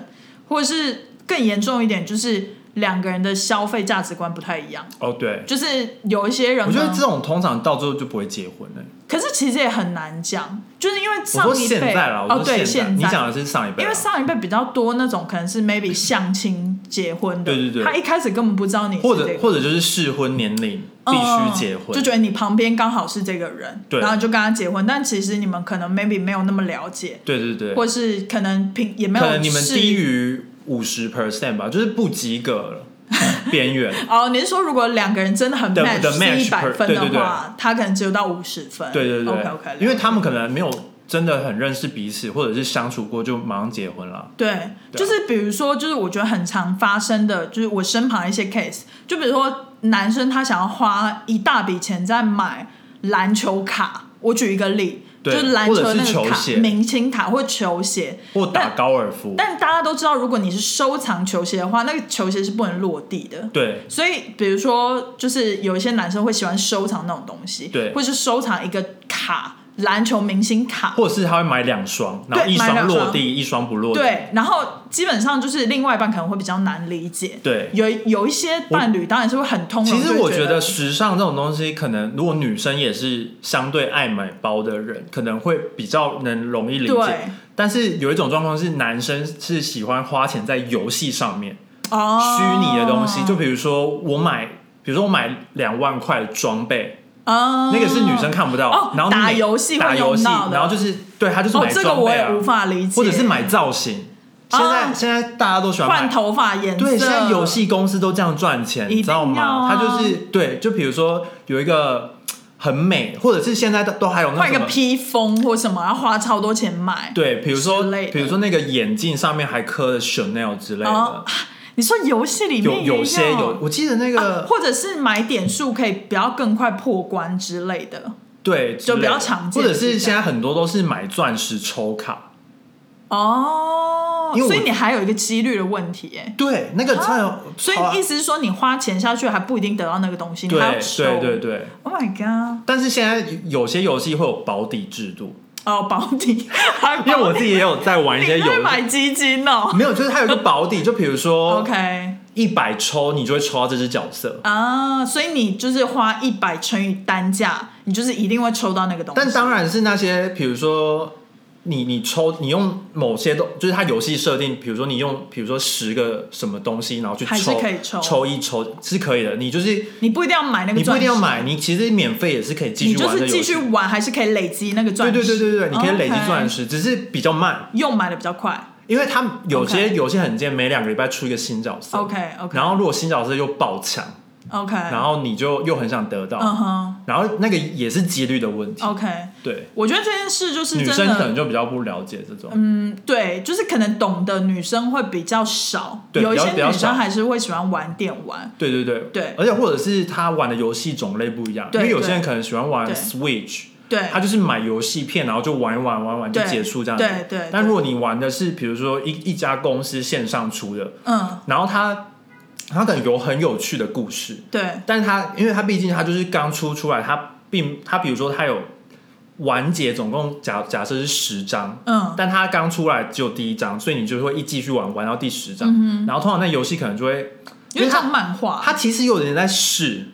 Speaker 2: 或者是更严重一点，就是两个人的消费价值观不太一样。
Speaker 1: 哦，对，
Speaker 2: 就是有一些人
Speaker 1: 我
Speaker 2: 可
Speaker 1: 觉
Speaker 2: 能，
Speaker 1: 得这种通常到最后就不会结婚了、
Speaker 2: 可是其实也很难讲，就是因为
Speaker 1: 我
Speaker 2: 上
Speaker 1: 说
Speaker 2: 一
Speaker 1: 现
Speaker 2: 辈
Speaker 1: 在啦，我
Speaker 2: 哦，
Speaker 1: 说现
Speaker 2: 对，
Speaker 1: 在，
Speaker 2: 现
Speaker 1: 你
Speaker 2: 在
Speaker 1: 讲的是上一辈啊，
Speaker 2: 因为上一辈比较多那种可能是 maybe 相亲结婚的，
Speaker 1: 对对对
Speaker 2: 他一开始根本不知道你是
Speaker 1: 或
Speaker 2: 这
Speaker 1: 者
Speaker 2: 个
Speaker 1: 或者就是适婚年龄必须结婚，
Speaker 2: 嗯就觉得你旁边刚好是这个人，
Speaker 1: 对
Speaker 2: 然后你就跟他结婚，但其实你们可能 maybe 没有那么了解，
Speaker 1: 对对对，
Speaker 2: 或是可能平也没有
Speaker 1: 可能你们
Speaker 2: 试
Speaker 1: 低于五十 percent 吧，就是不及格了，边 缘。
Speaker 2: 哦，你是说如果两个人真的很
Speaker 1: 的
Speaker 2: match
Speaker 1: 的
Speaker 2: 是
Speaker 1: match
Speaker 2: 一百
Speaker 1: per-
Speaker 2: 分
Speaker 1: 对
Speaker 2: 的话，
Speaker 1: 对对
Speaker 2: 他可能只有到五十分，
Speaker 1: 对对对
Speaker 2: o k OK，
Speaker 1: 因为他们可能没有真的很认识彼此，或者是相处过就马上结婚了。
Speaker 2: 对，
Speaker 1: 对啊
Speaker 2: 就是比如说，就是我觉得很常发生的，就是我身旁的一些 case，就比如说男生他想要花一大笔钱在买篮球卡，我举一个例，就
Speaker 1: 对
Speaker 2: 是篮球
Speaker 1: 或
Speaker 2: 的那
Speaker 1: 者
Speaker 2: 个
Speaker 1: 是球
Speaker 2: 卡
Speaker 1: 鞋，
Speaker 2: 明星卡或球鞋，
Speaker 1: 或打高尔夫，
Speaker 2: 但大家都知道，如果你是收藏球鞋的话，那个球鞋是不能落地的。
Speaker 1: 对
Speaker 2: 所以，比如说，就是有一些男生会喜欢收藏那种东西，
Speaker 1: 对
Speaker 2: 或是收藏一个卡，篮球明星卡，
Speaker 1: 或者是他会买两双，然后
Speaker 2: 对
Speaker 1: 一
Speaker 2: 买
Speaker 1: 双
Speaker 2: 两
Speaker 1: 落
Speaker 2: 双
Speaker 1: 地，一双不落地。
Speaker 2: 对。然后基本上就是另外一半可能会比较难理解，
Speaker 1: 对
Speaker 2: 有有一些伴侣当然是会很通融，
Speaker 1: 其实
Speaker 2: 就
Speaker 1: 我
Speaker 2: 会
Speaker 1: 觉
Speaker 2: 觉
Speaker 1: 得时尚这种东西，可能如果女生也是相对爱买包的人，可能会比较能容易理解
Speaker 2: 对。
Speaker 1: 但是有一种状况是，男生是喜欢花钱在游戏上面，
Speaker 2: 哦，
Speaker 1: 虚拟的东西，就比如说我买，比如说我买两万块的装备，
Speaker 2: 啊，
Speaker 1: 那个是女生看不到，
Speaker 2: 哦
Speaker 1: 然后
Speaker 2: 打
Speaker 1: 每
Speaker 2: 游戏会
Speaker 1: 打游
Speaker 2: 用
Speaker 1: 戏，
Speaker 2: 到的
Speaker 1: 然后就是对他就是
Speaker 2: 哦
Speaker 1: 买，
Speaker 2: 这个
Speaker 1: 装
Speaker 2: 我
Speaker 1: 备
Speaker 2: 也
Speaker 1: 啊，
Speaker 2: 无法理解，
Speaker 1: 或者是买造型。现在、
Speaker 2: 啊
Speaker 1: 现在大家都喜欢
Speaker 2: 换
Speaker 1: 买，
Speaker 2: 头发颜色，
Speaker 1: 对，现在游戏公司都这样赚钱，
Speaker 2: 一定
Speaker 1: 你知道吗？
Speaker 2: 要啊
Speaker 1: 他就是对，就比如说有一个很美，或者是现在都都还有那
Speaker 2: 换一
Speaker 1: 什么。
Speaker 2: 个披风或什么，要花超多钱买。
Speaker 1: 对，比如说
Speaker 2: 之类，的
Speaker 1: 比如说那个眼镜上面还刻了 Chanel 之类的，
Speaker 2: 哦你说游戏里面
Speaker 1: 有
Speaker 2: 也
Speaker 1: 有些有，
Speaker 2: 有
Speaker 1: 我记得那个、
Speaker 2: 啊或者是买点数可以不要更快破关之类的。
Speaker 1: 对，
Speaker 2: 就比较常见
Speaker 1: 或者是
Speaker 2: 是这
Speaker 1: 现
Speaker 2: 样
Speaker 1: 在很多都是买钻石抽卡，
Speaker 2: 哦，
Speaker 1: 因为我
Speaker 2: 所以你还有一个几率的问题耶。
Speaker 1: 对，那个真的、
Speaker 2: 啊所以意思是说，你花钱下去还不一定得到那个东西，你还
Speaker 1: 对
Speaker 2: 要抽。
Speaker 1: 啊对对对，
Speaker 2: Oh my god！
Speaker 1: 但是现在有些游戏会有保底制度，
Speaker 2: 哦，保底， 还保底
Speaker 1: 因为我自己也有在玩一
Speaker 2: 你
Speaker 1: 些游
Speaker 2: 会买哦
Speaker 1: 戏，
Speaker 2: 基金哦。
Speaker 1: 没有，就是它有一个保底，就比如 说
Speaker 2: OK
Speaker 1: 一百抽，你就会抽到这只角色。
Speaker 2: 啊，所以你就是花一百乘以单价，你就是一定会抽到那个东西。
Speaker 1: 但当然是那些，比如说你你抽你用某些东，就是它游戏设定，比如说你用比如说十个什么东西，然后去抽，
Speaker 2: 还是可以抽
Speaker 1: 抽一抽是可以的。你就是
Speaker 2: 你不一定要买那个
Speaker 1: 你不
Speaker 2: 钻
Speaker 1: 一
Speaker 2: 石，
Speaker 1: 定要买，你其实免费也是可以继
Speaker 2: 你
Speaker 1: 续
Speaker 2: 就
Speaker 1: 玩的
Speaker 2: 是
Speaker 1: 游
Speaker 2: 继
Speaker 1: 戏
Speaker 2: 续。玩，还是可以累积那个钻
Speaker 1: 对
Speaker 2: 石。
Speaker 1: 对对对对，你可以累积
Speaker 2: OK
Speaker 1: 钻石，只是比较慢，
Speaker 2: 用买的比较快。
Speaker 1: 因为它有些
Speaker 2: OK
Speaker 1: 有些很贱，每两个礼拜出一个新角色。
Speaker 2: OK OK
Speaker 1: 然后如果新角色又爆强，
Speaker 2: OK，
Speaker 1: 然后你就又很想得到，
Speaker 2: 哎嗯哦哼
Speaker 1: 然后那个也是几率的问题。
Speaker 2: OK，
Speaker 1: 对，
Speaker 2: 我觉得这件事就是
Speaker 1: 女
Speaker 2: 真
Speaker 1: 生可能
Speaker 2: 的，
Speaker 1: 就比较不了解这种。
Speaker 2: 嗯，对，就是可能懂的女生会比较少，
Speaker 1: 对
Speaker 2: 有一些
Speaker 1: 比较比较
Speaker 2: 女
Speaker 1: 少
Speaker 2: 生还是会喜欢玩电玩。
Speaker 1: 对对对
Speaker 2: 对
Speaker 1: 而且或者是他玩的游戏种类不一样，因
Speaker 2: 对
Speaker 1: 为有些人可能喜欢玩
Speaker 2: 对
Speaker 1: Switch，
Speaker 2: 对，
Speaker 1: 他就是买游戏片，然后就玩一玩玩一玩就
Speaker 2: 对
Speaker 1: 结束这样子。
Speaker 2: 对对对
Speaker 1: 但如果你玩的是比如说一一家公司线上出的，
Speaker 2: 嗯，
Speaker 1: 然后他他可能有很有趣的故事，
Speaker 2: 对，
Speaker 1: 但是他因为他毕竟他就是刚出出来，他并他比如说他有完结，总共假假设是十章。
Speaker 2: 嗯，
Speaker 1: 但他刚出来只有第一章，所以你就会一继续玩，玩到第十章，然后通常那游戏可能就会，
Speaker 2: 嗯因为
Speaker 1: 他
Speaker 2: 像漫画，
Speaker 1: 他其实有点在试，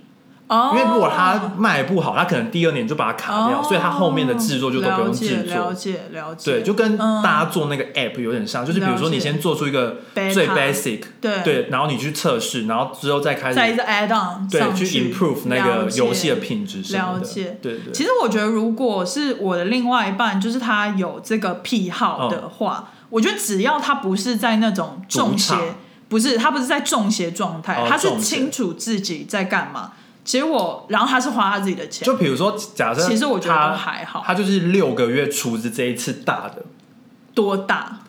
Speaker 2: 哦，
Speaker 1: 因为如果他卖不好，他可能第二年就把它卡掉，
Speaker 2: 哦
Speaker 1: 所以他后面的制作就都不用制
Speaker 2: 了
Speaker 1: 作。
Speaker 2: 解了解了解，
Speaker 1: 对，就跟
Speaker 2: 嗯
Speaker 1: 大家做那个 app 有点像，就是比如说
Speaker 2: 了解
Speaker 1: 你先做出一个
Speaker 2: Beta
Speaker 1: 最 basic，
Speaker 2: 对
Speaker 1: 对，然后你去测试，然后之后再开
Speaker 2: 再一
Speaker 1: 始
Speaker 2: 个 add on
Speaker 1: 对
Speaker 2: 上
Speaker 1: 去 improve 那个
Speaker 2: 了解
Speaker 1: 游戏的品质什么
Speaker 2: 了
Speaker 1: 的
Speaker 2: 解。
Speaker 1: 对对，
Speaker 2: 其实我觉得，如果是我的另外一半，就是他有这个癖好的话，我觉得只要他不是在那种中邪
Speaker 1: 赌嗯场，
Speaker 2: 不是他不是在中邪状态，
Speaker 1: 哦
Speaker 2: 他是
Speaker 1: 中邪
Speaker 2: 清楚自己在干嘛。其实我，然后他是花他自己的钱，
Speaker 1: 就比如说假设他，
Speaker 2: 其实我觉得都还好
Speaker 1: 他就是六个月出资这一次大的，
Speaker 2: 多大？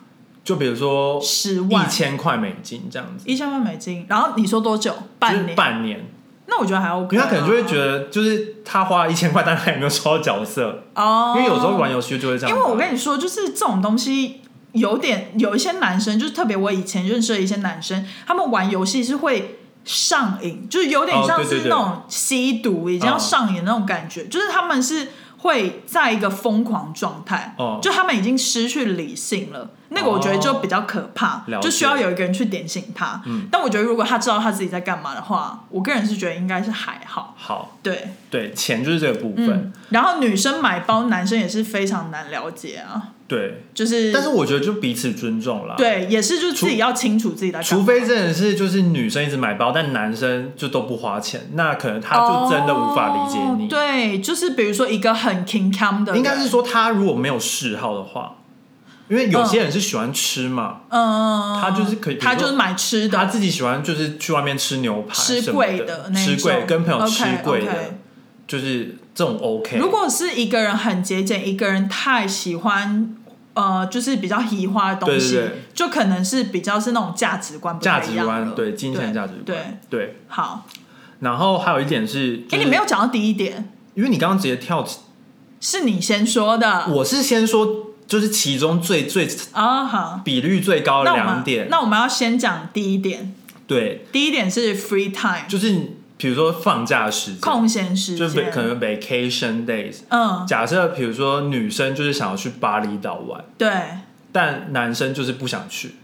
Speaker 1: 就比如说
Speaker 2: 十万
Speaker 1: 一、千块美金这样子，
Speaker 2: 一千万美金。然后你说多久？
Speaker 1: 就
Speaker 2: 半
Speaker 1: 是
Speaker 2: 年？
Speaker 1: 半年，
Speaker 2: 那我觉得还 OK
Speaker 1: 因
Speaker 2: 啊、
Speaker 1: 为他可能就会觉得，就是他花了一千块，但他也没有抽到角色，
Speaker 2: 哦，
Speaker 1: 因为有时候玩游戏就会这样。
Speaker 2: 因为我跟你说，就是这种东西有点有一些男生，就是特别我以前认识的一些男生，他们玩游戏是会上瘾，就是有点
Speaker 1: 哦
Speaker 2: 像
Speaker 1: 对对
Speaker 2: 是
Speaker 1: 对
Speaker 2: 那种吸毒已经要
Speaker 1: 嗯
Speaker 2: 上瘾那种感觉，就是他们是会在一个疯狂状态，
Speaker 1: 哦
Speaker 2: 就他们已经失去理性了。那个我觉得就比较可怕，
Speaker 1: 哦了解
Speaker 2: 就需要有一个人去点醒他。
Speaker 1: 嗯
Speaker 2: 但我觉得如果他知道他自己在干嘛的话，我个人是觉得应该是还好。
Speaker 1: 好，
Speaker 2: 对，
Speaker 1: 对，钱就是这个部分，
Speaker 2: 嗯，然后女生买包，男生也是非常难了解啊，
Speaker 1: 对。
Speaker 2: 就是
Speaker 1: 但是我觉得就彼此尊重啦，，
Speaker 2: 对，也是就是自己要清楚自己的，
Speaker 1: 除非真的是就是女生一直买包，但男生就都不花钱，那可能他就真的无法理解
Speaker 2: 哦
Speaker 1: 你。
Speaker 2: 对，就是比如说一个很 king cam 的人，
Speaker 1: 应该是说他如果没有嗜好的话，因为有些人是喜欢吃嘛，
Speaker 2: 嗯，
Speaker 1: 他就是可以比如说
Speaker 2: 他就是买吃
Speaker 1: 他
Speaker 2: 的，
Speaker 1: 自己喜欢就是去外面吃牛排什么
Speaker 2: 吃贵
Speaker 1: 的
Speaker 2: 的那一
Speaker 1: 吃贵
Speaker 2: 种
Speaker 1: 跟朋友吃
Speaker 2: OK，
Speaker 1: 贵的
Speaker 2: OK
Speaker 1: 就是这种 OK。
Speaker 2: 如果是一个人很节俭，一个人太喜欢。呃，就是比较移花的东西，
Speaker 1: 对对对
Speaker 2: 就可能是比较是那种价值观不
Speaker 1: 价
Speaker 2: 太一
Speaker 1: 值
Speaker 2: 样
Speaker 1: 观
Speaker 2: 了
Speaker 1: 对金钱价值观
Speaker 2: 对，
Speaker 1: 对，
Speaker 2: 好，
Speaker 1: 然后还有一点是，
Speaker 2: 哎、
Speaker 1: 就是
Speaker 2: 你没有讲到第一点，
Speaker 1: 因为你刚刚直接跳起，
Speaker 2: 是你先说的
Speaker 1: 我是先说就是其中最最
Speaker 2: 啊、好，
Speaker 1: 比率最高的
Speaker 2: 那我
Speaker 1: 哦两
Speaker 2: 们
Speaker 1: 点，
Speaker 2: 那我们要先讲第一点，
Speaker 1: 对，
Speaker 2: 第一点是 free time，
Speaker 1: 就是比如说放假的时间，
Speaker 2: 空闲时
Speaker 1: 就是 va-
Speaker 2: 间，
Speaker 1: 可能 vacation days。
Speaker 2: 嗯，
Speaker 1: 假设比如说女生就是想要去巴厘岛玩，
Speaker 2: 对，
Speaker 1: 但男生就是不想去，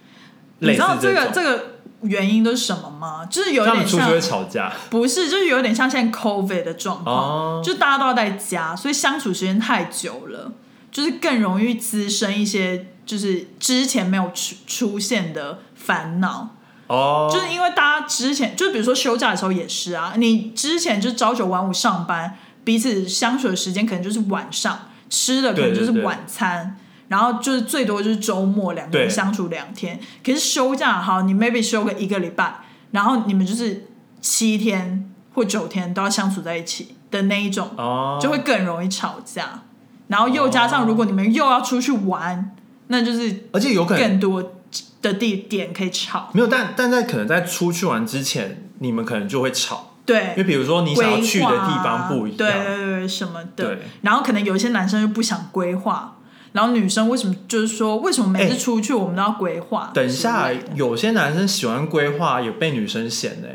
Speaker 2: 你
Speaker 1: 类
Speaker 2: 知
Speaker 1: 似
Speaker 2: 道这个
Speaker 1: 种，
Speaker 2: 这个原因都是什么吗？就是有
Speaker 1: 他
Speaker 2: 点
Speaker 1: 们出去会
Speaker 2: 像，
Speaker 1: 吵架。
Speaker 2: 不是，就是有点像现在 COVID 的状况，
Speaker 1: 哦
Speaker 2: 就大家都要在家，所以相处时间太久了，就是更容易滋生一些就是之前没有出出现的烦恼。
Speaker 1: 哦，
Speaker 2: 就是因为大家之前，就比如说休假的时候也是啊，你之前就朝九晚五上班，彼此相处的时间可能就是晚上，吃的可能就是晚餐，然后就是最多就是周末两个人
Speaker 1: 对
Speaker 2: 相处两天。可是休假好，你 maybe 休个一个礼拜，然后你们就是七天或九天都要相处在一起的那一种，
Speaker 1: 哦，
Speaker 2: 就会更容易吵架。然后又加上，如果你们又要出去玩，那就是
Speaker 1: 而且有可能
Speaker 2: 更多的地点可以吵。
Speaker 1: 没有，但但在可能在出去玩之前，你们可能就会吵，因为
Speaker 2: 对，
Speaker 1: 比如说你想要去的地方不一
Speaker 2: 规划啊
Speaker 1: 样，
Speaker 2: 对对对，什么的
Speaker 1: 对。
Speaker 2: 然后可能有一些男生又不想规划，然后女生为什么就是说，为什么每次
Speaker 1: 哎
Speaker 2: 出去我们都要规划？
Speaker 1: 等一下
Speaker 2: 之类的，
Speaker 1: 有些男生喜欢规划，也被女生嫌呢、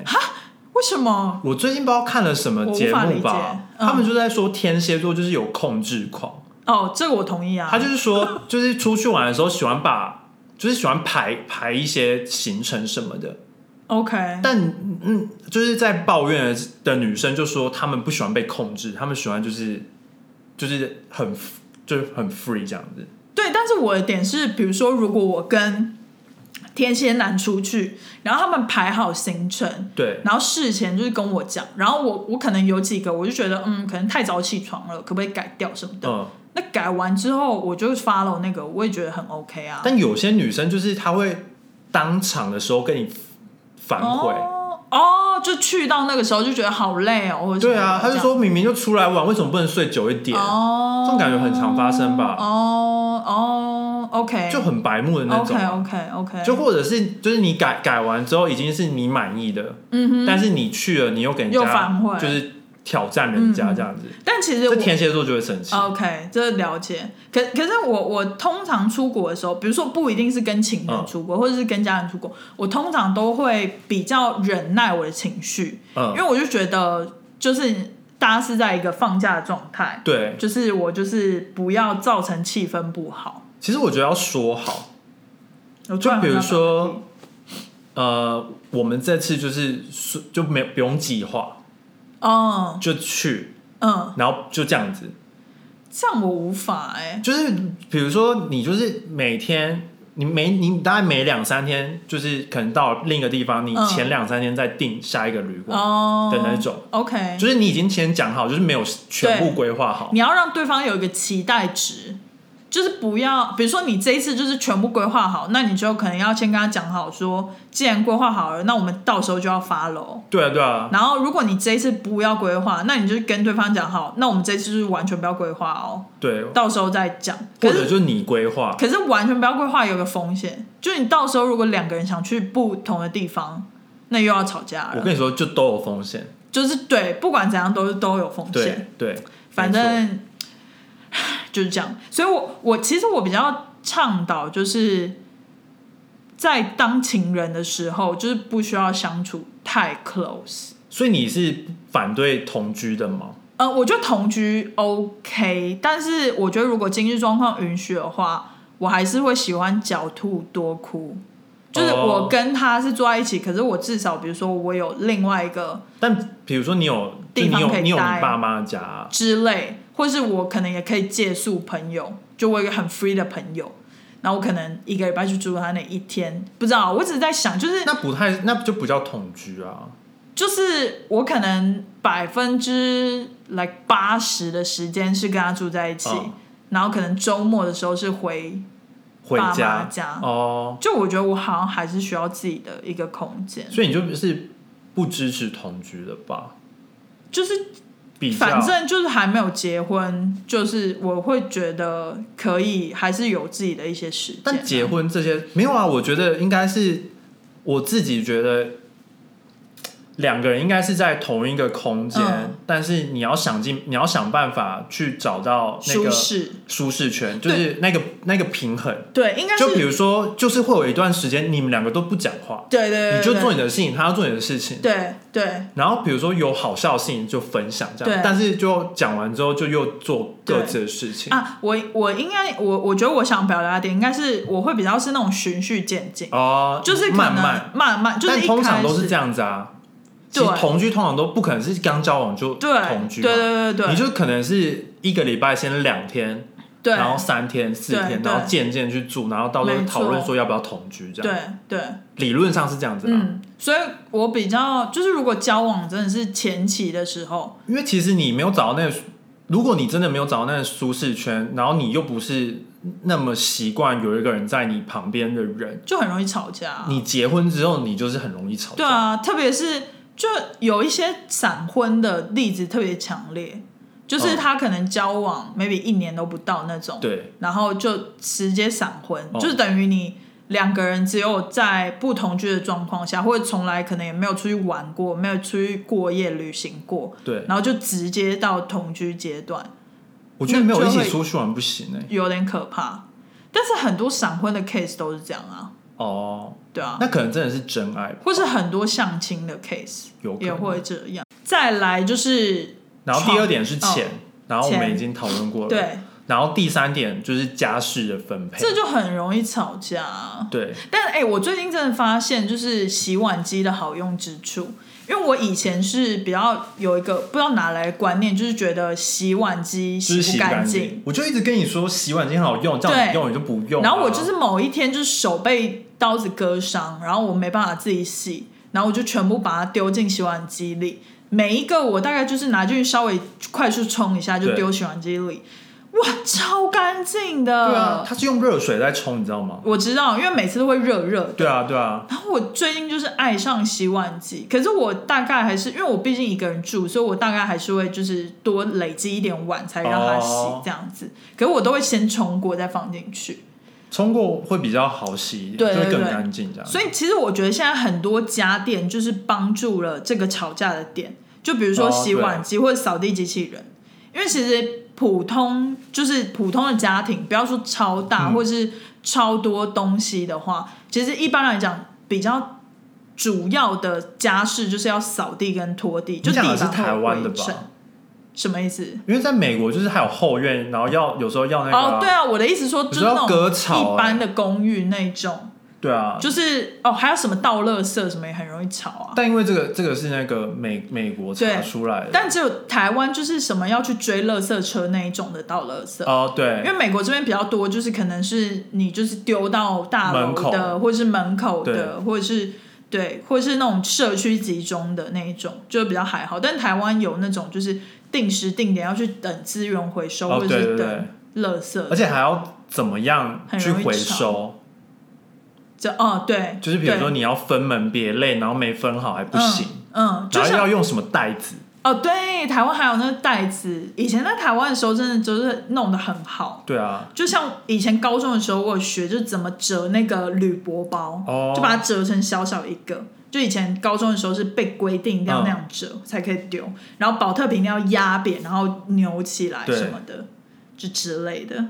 Speaker 2: 为什么？
Speaker 1: 我最近不知道看了什么节
Speaker 2: 我无法
Speaker 1: 目
Speaker 2: 理解
Speaker 1: 吧，
Speaker 2: 嗯
Speaker 1: 他们就在说天蝎座就是有控制狂，
Speaker 2: 哦，这个我同意啊。
Speaker 1: 他就是说就是出去玩的时候喜欢把就是喜欢排排一些行程什么的，
Speaker 2: OK，
Speaker 1: 但嗯，就是在抱怨的的女生就说她们不喜欢被控制，她们喜欢就是就是很就是很 free 这样子。
Speaker 2: 对，但是我的点是，比如说，如果我跟天蝎男出去，然后他们排好行程，
Speaker 1: 对，
Speaker 2: 然后事前就是跟我讲，然后我我可能有几个，我就觉得嗯，可能太早起床了，可不可以改掉什么的？
Speaker 1: 嗯，
Speaker 2: 那改完之后，我就 follow 那个，我也觉得很 OK 啊。
Speaker 1: 但有些女生就是她会当场的时候跟你反悔。
Speaker 2: 哦哦，就去到那个时候就觉得好累哦，或者什么
Speaker 1: 对啊，
Speaker 2: 的
Speaker 1: 她就
Speaker 2: 这样
Speaker 1: 说明明就出来玩，为什么不能睡久一点？
Speaker 2: 哦，
Speaker 1: 这种感觉很常发生吧
Speaker 2: 哦哦，OK，
Speaker 1: 就很白目的那种。啊
Speaker 2: OK OK OK，
Speaker 1: 就或者是就是你改改完之后已经是你满意的，
Speaker 2: 嗯哼，
Speaker 1: 但是你去了你又给人
Speaker 2: 又
Speaker 1: 家
Speaker 2: 反悔
Speaker 1: 就是挑战人家
Speaker 2: 嗯
Speaker 1: 这样子，
Speaker 2: 但其实
Speaker 1: 这
Speaker 2: 我哦
Speaker 1: 天蝎座就会生气。
Speaker 2: OK，这了解。可可是我我通常出国的时候，比如说不一定是跟情人
Speaker 1: 嗯
Speaker 2: 出国，或者是跟家人出国，我通常都会比较忍耐我的情绪，因为
Speaker 1: 嗯，
Speaker 2: 我就觉得就是大家是在一个放假的状态，
Speaker 1: 对，
Speaker 2: 就是我就是不要造成气氛不好。
Speaker 1: 其实我觉得要说好，
Speaker 2: 我突
Speaker 1: 哦就
Speaker 2: 然
Speaker 1: 比如
Speaker 2: 很想打
Speaker 1: 说
Speaker 2: 嗝，
Speaker 1: 呃，我们这次就是说就没有不用计划
Speaker 2: 嗯
Speaker 1: 就去，
Speaker 2: 嗯，
Speaker 1: 然后就这样子，
Speaker 2: 这样我无法哎、
Speaker 1: 就是比如说你就是每天。你每你大概每两三天，就是可能到另一个地方，你
Speaker 2: 嗯
Speaker 1: 前两三天再订下一个旅馆，
Speaker 2: 哦
Speaker 1: 的那种
Speaker 2: ，OK，
Speaker 1: 就是你已经先讲好，就是没有全
Speaker 2: 对
Speaker 1: 部规划好。
Speaker 2: 你要让对方有一个期待值，就是不要，比如说你这一次就是全部规划好，那你就可能要先跟他讲好说，既然规划好了，那我们到时候就要发楼。
Speaker 1: 对啊，对啊，
Speaker 2: 然后如果你这一次不要规划，那你就跟对方讲好，那我们这一次就是完全不要规划哦，
Speaker 1: 对，
Speaker 2: 到时候再讲。可
Speaker 1: 或者
Speaker 2: 是
Speaker 1: 就是你规划，
Speaker 2: 可是完全不要规划有个风险，就是你到时候如果两个人想去不同的地方，那又要吵架
Speaker 1: 我
Speaker 2: 了。
Speaker 1: 跟你说，就都有风险。
Speaker 2: 就是对，不管怎样都是都有风险
Speaker 1: 对。对，
Speaker 2: 反
Speaker 1: 没错
Speaker 2: 正就是这样。所以我我其实我比较倡导就是在当情人的时候，就是不需要相处太 close。
Speaker 1: 所以你是反对同居的吗？
Speaker 2: 呃，我觉得同居 OK，但是我觉得如果经济状况允许的话，我还是会喜欢狡兔多窟。就是
Speaker 1: 哦
Speaker 2: 我跟他是坐在一起，可是我至少比如说我有另外一个
Speaker 1: 但比如说你有，就
Speaker 2: 地
Speaker 1: 你
Speaker 2: 方
Speaker 1: 有
Speaker 2: 可以
Speaker 1: 你有你
Speaker 2: 待
Speaker 1: 爸妈的家啊，
Speaker 2: 之类，或是我可能也可以借宿朋友，就我有一个很 free 的朋友，然后我可能一个礼拜去住他那一天，不知道，我只是在想，就是
Speaker 1: 那不太，那就不叫同居啊。
Speaker 2: 就是我可能百分之来八十的时间是跟他住在一起，
Speaker 1: 嗯
Speaker 2: 然后可能周末的时候是回，
Speaker 1: 回
Speaker 2: 爸妈
Speaker 1: 家
Speaker 2: 家
Speaker 1: 哦，
Speaker 2: 就我觉得我好像还是需要自己的一个空间，
Speaker 1: 所以你就是不支持同居的吧？
Speaker 2: 就是
Speaker 1: 比较
Speaker 2: 反正就是还没有结婚，就是我会觉得可以还是有自己的一些时间啊，
Speaker 1: 但结婚这些没有啊，我觉得应该是我自己觉得。两个人应该是在同一个空间，
Speaker 2: 嗯
Speaker 1: 但是你要想尽，你要想办法去找到那
Speaker 2: 舒
Speaker 1: 个
Speaker 2: 适。
Speaker 1: 舒适圈，就是那个那个平衡。
Speaker 2: 对，应该是
Speaker 1: 就比如说，就是会有一段时间你们两个都不讲话，
Speaker 2: 对对对，
Speaker 1: 你就
Speaker 2: 对
Speaker 1: 做你的事情，他要做你的事情。
Speaker 2: 对对
Speaker 1: 然后比如说有好笑的事情就分享这样
Speaker 2: 对，
Speaker 1: 但是就讲完之后就又做各自的事情。
Speaker 2: 啊，我我应该我我觉得我想表达的点应该是我会比较是那种循序渐进，
Speaker 1: 哦，
Speaker 2: 就是可
Speaker 1: 慢
Speaker 2: 能
Speaker 1: 慢，
Speaker 2: 慢慢，就是
Speaker 1: 但
Speaker 2: 一
Speaker 1: 通常
Speaker 2: 开
Speaker 1: 都
Speaker 2: 始
Speaker 1: 是这样子啊。其
Speaker 2: 对
Speaker 1: 实同居通常都不可能是刚交往就
Speaker 2: 对
Speaker 1: 同居嘛，
Speaker 2: 对对对对，
Speaker 1: 你就可能是一个礼拜先两天，
Speaker 2: 对
Speaker 1: 然后三天、四天，
Speaker 2: 对
Speaker 1: 然后
Speaker 2: 对
Speaker 1: 渐渐去住，然后到时候
Speaker 2: 没
Speaker 1: 讨论
Speaker 2: 错
Speaker 1: 说要不要同居这样。
Speaker 2: 对对
Speaker 1: 理论上是这样子啊啦，
Speaker 2: 嗯，所以我比较就是如果交往真的是前期的时候，
Speaker 1: 因为其实你没有找到那个，如果你真的没有找到那个舒适圈，然后你又不是那么习惯有一个人在你旁边的人，
Speaker 2: 就很容易吵架啊，啊
Speaker 1: 你结婚之后你就是很容易吵架。
Speaker 2: 对啊，特别是就有一些闪婚的例子特别强烈，
Speaker 1: 哦
Speaker 2: 就是他可能交往 maybe 一年都不到那种，
Speaker 1: 对，
Speaker 2: 然后就直接闪婚，
Speaker 1: 哦
Speaker 2: 就是等于你两个人只有在不同居的状况下，或者从来可能也没有出去玩过，没有出去过夜旅行过，
Speaker 1: 对，
Speaker 2: 然后就直接到同居阶段，
Speaker 1: 我觉得没有一
Speaker 2: 那就
Speaker 1: 起
Speaker 2: 会
Speaker 1: 出去玩不行哎、
Speaker 2: 有点可怕。但是很多闪婚的 case 都是这样啊，
Speaker 1: 哦，
Speaker 2: 对啊，
Speaker 1: 那可能真的是真爱吧，
Speaker 2: 或是很多相亲的 case
Speaker 1: 有可
Speaker 2: 也
Speaker 1: 能。
Speaker 2: 会这样。再来就是
Speaker 1: 然后第二点是
Speaker 2: 床
Speaker 1: 钱，然后我们
Speaker 2: 哦钱
Speaker 1: 已经讨论过了。。
Speaker 2: 对，
Speaker 1: 然后第三点就是家事的分配。
Speaker 2: 这就很容易吵架啊。
Speaker 1: 对
Speaker 2: 但哎、欸我最近真的发现，就是洗碗机的好用之处，因为我以前是比较有一个不知道哪来的观念，就是觉得洗碗机
Speaker 1: 就是洗
Speaker 2: 不
Speaker 1: 不干
Speaker 2: 干
Speaker 1: 净，我就一直跟你说洗碗巾很好用，叫你
Speaker 2: 对
Speaker 1: 用你就不用啊、
Speaker 2: 然后我就是某一天就是手被刀子割伤，然后我没办法自己洗，然后我就全部把它丢进洗碗机里。每一个我大概就是拿进去稍微快速冲一下就
Speaker 1: 对
Speaker 2: 丢洗碗机里，哇，超干净的。
Speaker 1: 对啊，它是用热水在冲，你知道吗？
Speaker 2: 我知道，因为每次都会热热的。
Speaker 1: 对啊，对啊，
Speaker 2: 然后我最近就是爱上洗碗机，可是我大概还是因为我毕竟一个人住，所以我大概还是会就是多累积一点碗才让它洗
Speaker 1: 哦
Speaker 2: 这样子。可是我都会先冲过再放进去，
Speaker 1: 冲过会比较好洗一点，
Speaker 2: 对
Speaker 1: 就会更
Speaker 2: 对对
Speaker 1: 干净这样。
Speaker 2: 所以其实我觉得现在很多家电就是帮助了这个吵架的点，就比如说
Speaker 1: 哦
Speaker 2: 洗碗机或者扫地机器人，因为其实普通就是普通的家庭，不要说超大、
Speaker 1: 嗯
Speaker 2: 或是超多东西的话，其实一般来讲比较主要的家事就是要扫地跟拖地，就
Speaker 1: 你
Speaker 2: 地
Speaker 1: 讲的
Speaker 2: 板
Speaker 1: 是台湾的
Speaker 2: 会有灰尘
Speaker 1: 吧？
Speaker 2: 什么意思？
Speaker 1: 因为在美国就是还有后院，然后要有时候要那个啊、
Speaker 2: 哦，对啊，我的意思说，就是
Speaker 1: 你说要
Speaker 2: 那
Speaker 1: 割
Speaker 2: 种
Speaker 1: 草啊
Speaker 2: 一般的公寓那种，
Speaker 1: 对啊，
Speaker 2: 就是哦，还有什么倒垃圾什么也很容易吵啊。
Speaker 1: 但因为这个这个是那个美美国查
Speaker 2: 对
Speaker 1: 出来的，
Speaker 2: 但只有台湾就是什么要去追垃圾车那一种的倒垃圾，
Speaker 1: 哦对，
Speaker 2: 因为美国这边比较多，就是可能是你就是丢到大
Speaker 1: 门
Speaker 2: 楼
Speaker 1: 口
Speaker 2: 的，或者是门口的，或者是对，或者是那种社区集中的那一种，就比较还好。但台湾有那种就是定时定点要去等资源回收，
Speaker 1: 哦
Speaker 2: 或者
Speaker 1: 对对
Speaker 2: 是
Speaker 1: 对
Speaker 2: 等，垃圾，
Speaker 1: 而且还要怎么样
Speaker 2: 很
Speaker 1: 去
Speaker 2: 容易
Speaker 1: 回
Speaker 2: 吵
Speaker 1: 收？
Speaker 2: 这哦对，
Speaker 1: 就是比如说
Speaker 2: 对
Speaker 1: 你要分门别类，然后没分好还不行，，
Speaker 2: 嗯，嗯就
Speaker 1: 然后
Speaker 2: 像
Speaker 1: 要用什么袋子？
Speaker 2: 哦对，台湾还有那个袋子，以前在台湾的时候真的就是弄得很好。
Speaker 1: 对啊，
Speaker 2: 就像以前高中的时候，我有学就怎么折那个铝箔包，
Speaker 1: 哦
Speaker 2: 就把它折成小小一个。就以前高中的时候是被规定一定要那样折才可以丢，然后保特瓶一定要压扁，然后扭起来
Speaker 1: 对
Speaker 2: 什么的，就之类的，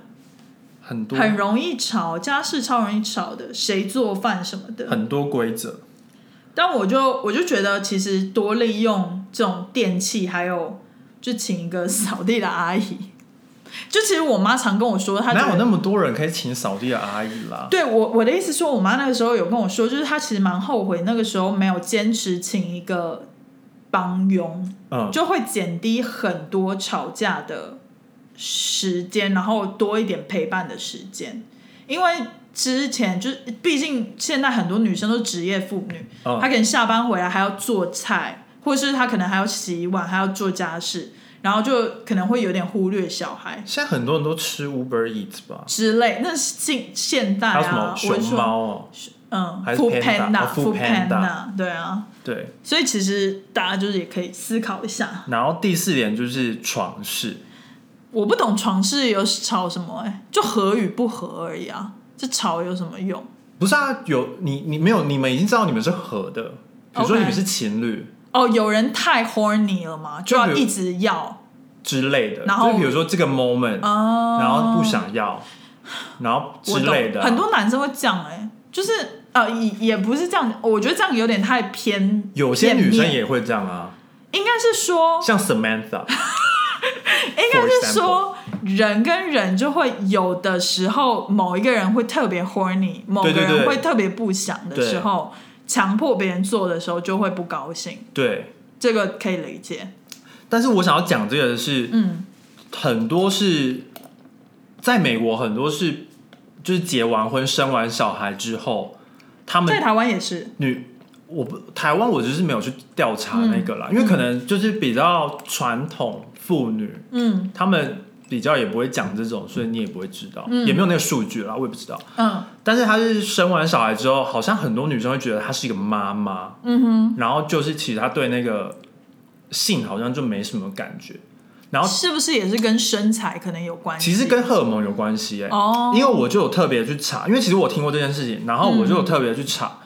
Speaker 1: 很多
Speaker 2: 很容易吵，家事超容易吵的，谁做饭什么的。
Speaker 1: 很多规则，
Speaker 2: 但我就我就觉得，其实多利用这种电器，还有就请一个扫地的阿姨。就其实我妈常跟我说，她觉
Speaker 1: 哪
Speaker 2: 得
Speaker 1: 有那么多人可以请扫地的阿姨啦？
Speaker 2: 对我我的意思说，我妈那个时候有跟我说，就是她其实蛮后悔那个时候没有坚持请一个帮佣，
Speaker 1: 嗯，
Speaker 2: 就会减低很多吵架的时间，然后多一点陪伴的时间，因为。之前就是，毕竟现在很多女生都是职业妇女，
Speaker 1: 嗯
Speaker 2: 她可能下班回来还要做菜，或是她可能还要洗碗，还要做家事，然后就可能会有点忽略小孩
Speaker 1: 现在很多人都吃 Uber Eats 吧，
Speaker 2: 之类。那是近现代
Speaker 1: 还有什
Speaker 2: 啊
Speaker 1: 么，
Speaker 2: 我就
Speaker 1: 熊
Speaker 2: 说
Speaker 1: 猫哦，
Speaker 2: 嗯
Speaker 1: 还是
Speaker 2: Food
Speaker 1: Panda，
Speaker 2: Panda，
Speaker 1: 哦，Food
Speaker 2: Food
Speaker 1: Panda
Speaker 2: Panda，对啊，
Speaker 1: 对。
Speaker 2: 所以其实大家就是也可以思考一下。
Speaker 1: 然后第四点就是床事，
Speaker 2: 我不懂床事有吵什么、欸，哎，就合与不合而已啊，这吵有什么用？
Speaker 1: 不是啊，有你你没有，你们已经知道你们是合的，比如说
Speaker 2: OK
Speaker 1: 你们是情侣
Speaker 2: 哦，有人太 horny 了嘛，就
Speaker 1: 就比
Speaker 2: 要
Speaker 1: 如
Speaker 2: 一直要
Speaker 1: 之类的，
Speaker 2: 然后
Speaker 1: 就比如说这个 moment，、
Speaker 2: 啊，
Speaker 1: 然后不想要，然后之
Speaker 2: 我懂
Speaker 1: 类的啊、
Speaker 2: 很多男生会这样、欸，哎，就是呃，也也不是这样，我觉得这样有点太偏。
Speaker 1: 有些女
Speaker 2: 片
Speaker 1: 生
Speaker 2: 面
Speaker 1: 也会这样啊，
Speaker 2: 应该是说，
Speaker 1: 像 Samantha，
Speaker 2: 应该是说，人跟人就会有的时候，某一个人会特别 horny，某个
Speaker 1: 对对
Speaker 2: 人
Speaker 1: 对
Speaker 2: 会特别不想的时候，强迫别人做的时候就会不高兴，
Speaker 1: 对。
Speaker 2: 这个可以理解。
Speaker 1: 但是我想要讲这个的是，
Speaker 2: 嗯，
Speaker 1: 很多是在美国，很多是就是结完婚、生完小孩之后，他
Speaker 2: 在
Speaker 1: 们
Speaker 2: 台湾也是，
Speaker 1: 女我不台湾我就是没有去调查那个啦，因为可能就是比较传统妇女，
Speaker 2: 嗯，
Speaker 1: 他们比较也不会讲这种，所以你也不会知道，也没有那个数据啦，我也不知道。
Speaker 2: 嗯
Speaker 1: 但是她是生完小孩之后，好像很多女生会觉得她是一个妈妈，
Speaker 2: 嗯哼，
Speaker 1: 然后就是其实她对那个性好像就没什么感觉，然后
Speaker 2: 是不是也是跟身材可能有关系？
Speaker 1: 其实跟荷尔蒙有关系哎、
Speaker 2: 哦，
Speaker 1: 因为我就有特别去查，因为其实我听过这件事情，然后我
Speaker 2: 嗯
Speaker 1: 就有特别去查，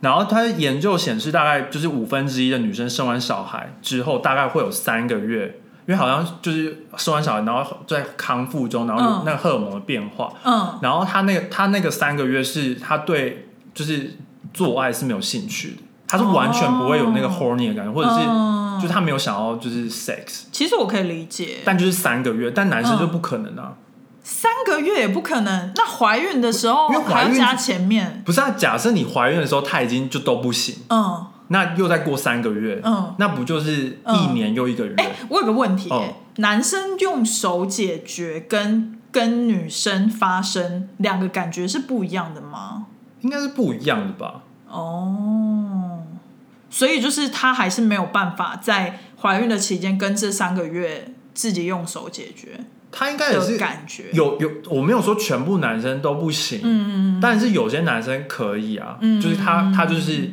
Speaker 1: 然后他研究显示，大概就是五分之一的女生生完小孩之后，大概会有三个月，因为好像就是生完小孩，然后在康复中，然后有
Speaker 2: 嗯
Speaker 1: 那个荷尔蒙的变化，
Speaker 2: 嗯
Speaker 1: 然后他那个他那个三个月是他对就是做爱是没有兴趣的，他是完全不会有那个
Speaker 2: 哦
Speaker 1: horny 的感觉，或者是
Speaker 2: 嗯
Speaker 1: 就是他没有想要就是 sex，
Speaker 2: 其实我可以理解，
Speaker 1: 但就是三个月，但男生就
Speaker 2: 嗯
Speaker 1: 不可能啊。
Speaker 2: 三个月也不可能。那怀孕的时候
Speaker 1: 因为
Speaker 2: 还
Speaker 1: 怀
Speaker 2: 要
Speaker 1: 孕
Speaker 2: 加前面，
Speaker 1: 不是啊，假设你怀孕的时候他已经就都不行，
Speaker 2: 嗯。
Speaker 1: 那又再过三个月，
Speaker 2: 嗯
Speaker 1: 那不就是一年又一个月？
Speaker 2: 哎、我有个问题、
Speaker 1: 哦
Speaker 2: 男生用手解决跟跟女生发生两个感觉是不一样的吗？
Speaker 1: 应该是不一样的吧？
Speaker 2: 哦，所以就是他还是没有办法在怀孕的期间跟这三个月自己用手解决
Speaker 1: 他应该也
Speaker 2: 的
Speaker 1: 是
Speaker 2: 感觉。
Speaker 1: 有有，我没有说全部男生都不行，
Speaker 2: 嗯嗯嗯
Speaker 1: 但是有些男生可以啊，
Speaker 2: 嗯
Speaker 1: 就是他他就是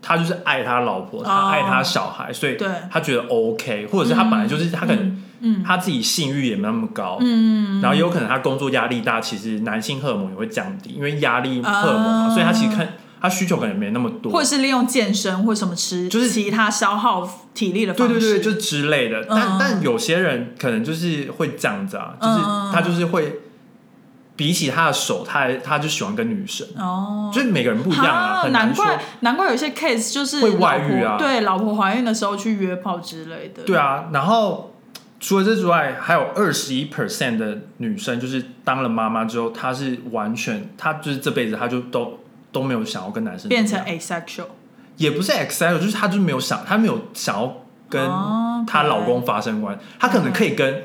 Speaker 1: 他就是爱他老婆，他爱他小孩，所以
Speaker 2: 哦对
Speaker 1: 他觉得 OK，或者是他本来就是、他可能
Speaker 2: 嗯
Speaker 1: 他自己性欲也没那么高，
Speaker 2: 嗯，
Speaker 1: 然后也有可能他工作压力大，其实男性荷尔蒙也会降低，因为压力荷尔蒙嘛，
Speaker 2: 啊
Speaker 1: 所以他其实看他需求可能没那么多，
Speaker 2: 或者是利用健身或什么吃，
Speaker 1: 就是
Speaker 2: 其他消耗体力的
Speaker 1: 对
Speaker 2: 方式。
Speaker 1: 对对，就之类的。
Speaker 2: 嗯
Speaker 1: 但但有些人可能就是会这样子啊，就是
Speaker 2: 嗯
Speaker 1: 他就是会比起他的手，他还他就喜欢跟女生，
Speaker 2: 哦，
Speaker 1: 就是每个人不一样啊，
Speaker 2: 哈
Speaker 1: 很难
Speaker 2: 难
Speaker 1: 说。
Speaker 2: 怪难怪有些 case 就是
Speaker 1: 会外遇啊
Speaker 2: 老婆对，老婆怀孕的时候去约炮之类的。
Speaker 1: 对，啊，然后除了这之外，还有二十一 percent 的女生，就是当了妈妈之后，她是完全，她就是这辈子她就都都没有想要跟男生
Speaker 2: 变成
Speaker 1: 怎么样
Speaker 2: asexual。
Speaker 1: 也不是 x l 就是她就是没有想，她没有想要跟
Speaker 2: 哦
Speaker 1: 她老公
Speaker 2: ，OK 嗯
Speaker 1: 发生关系，她可能可以跟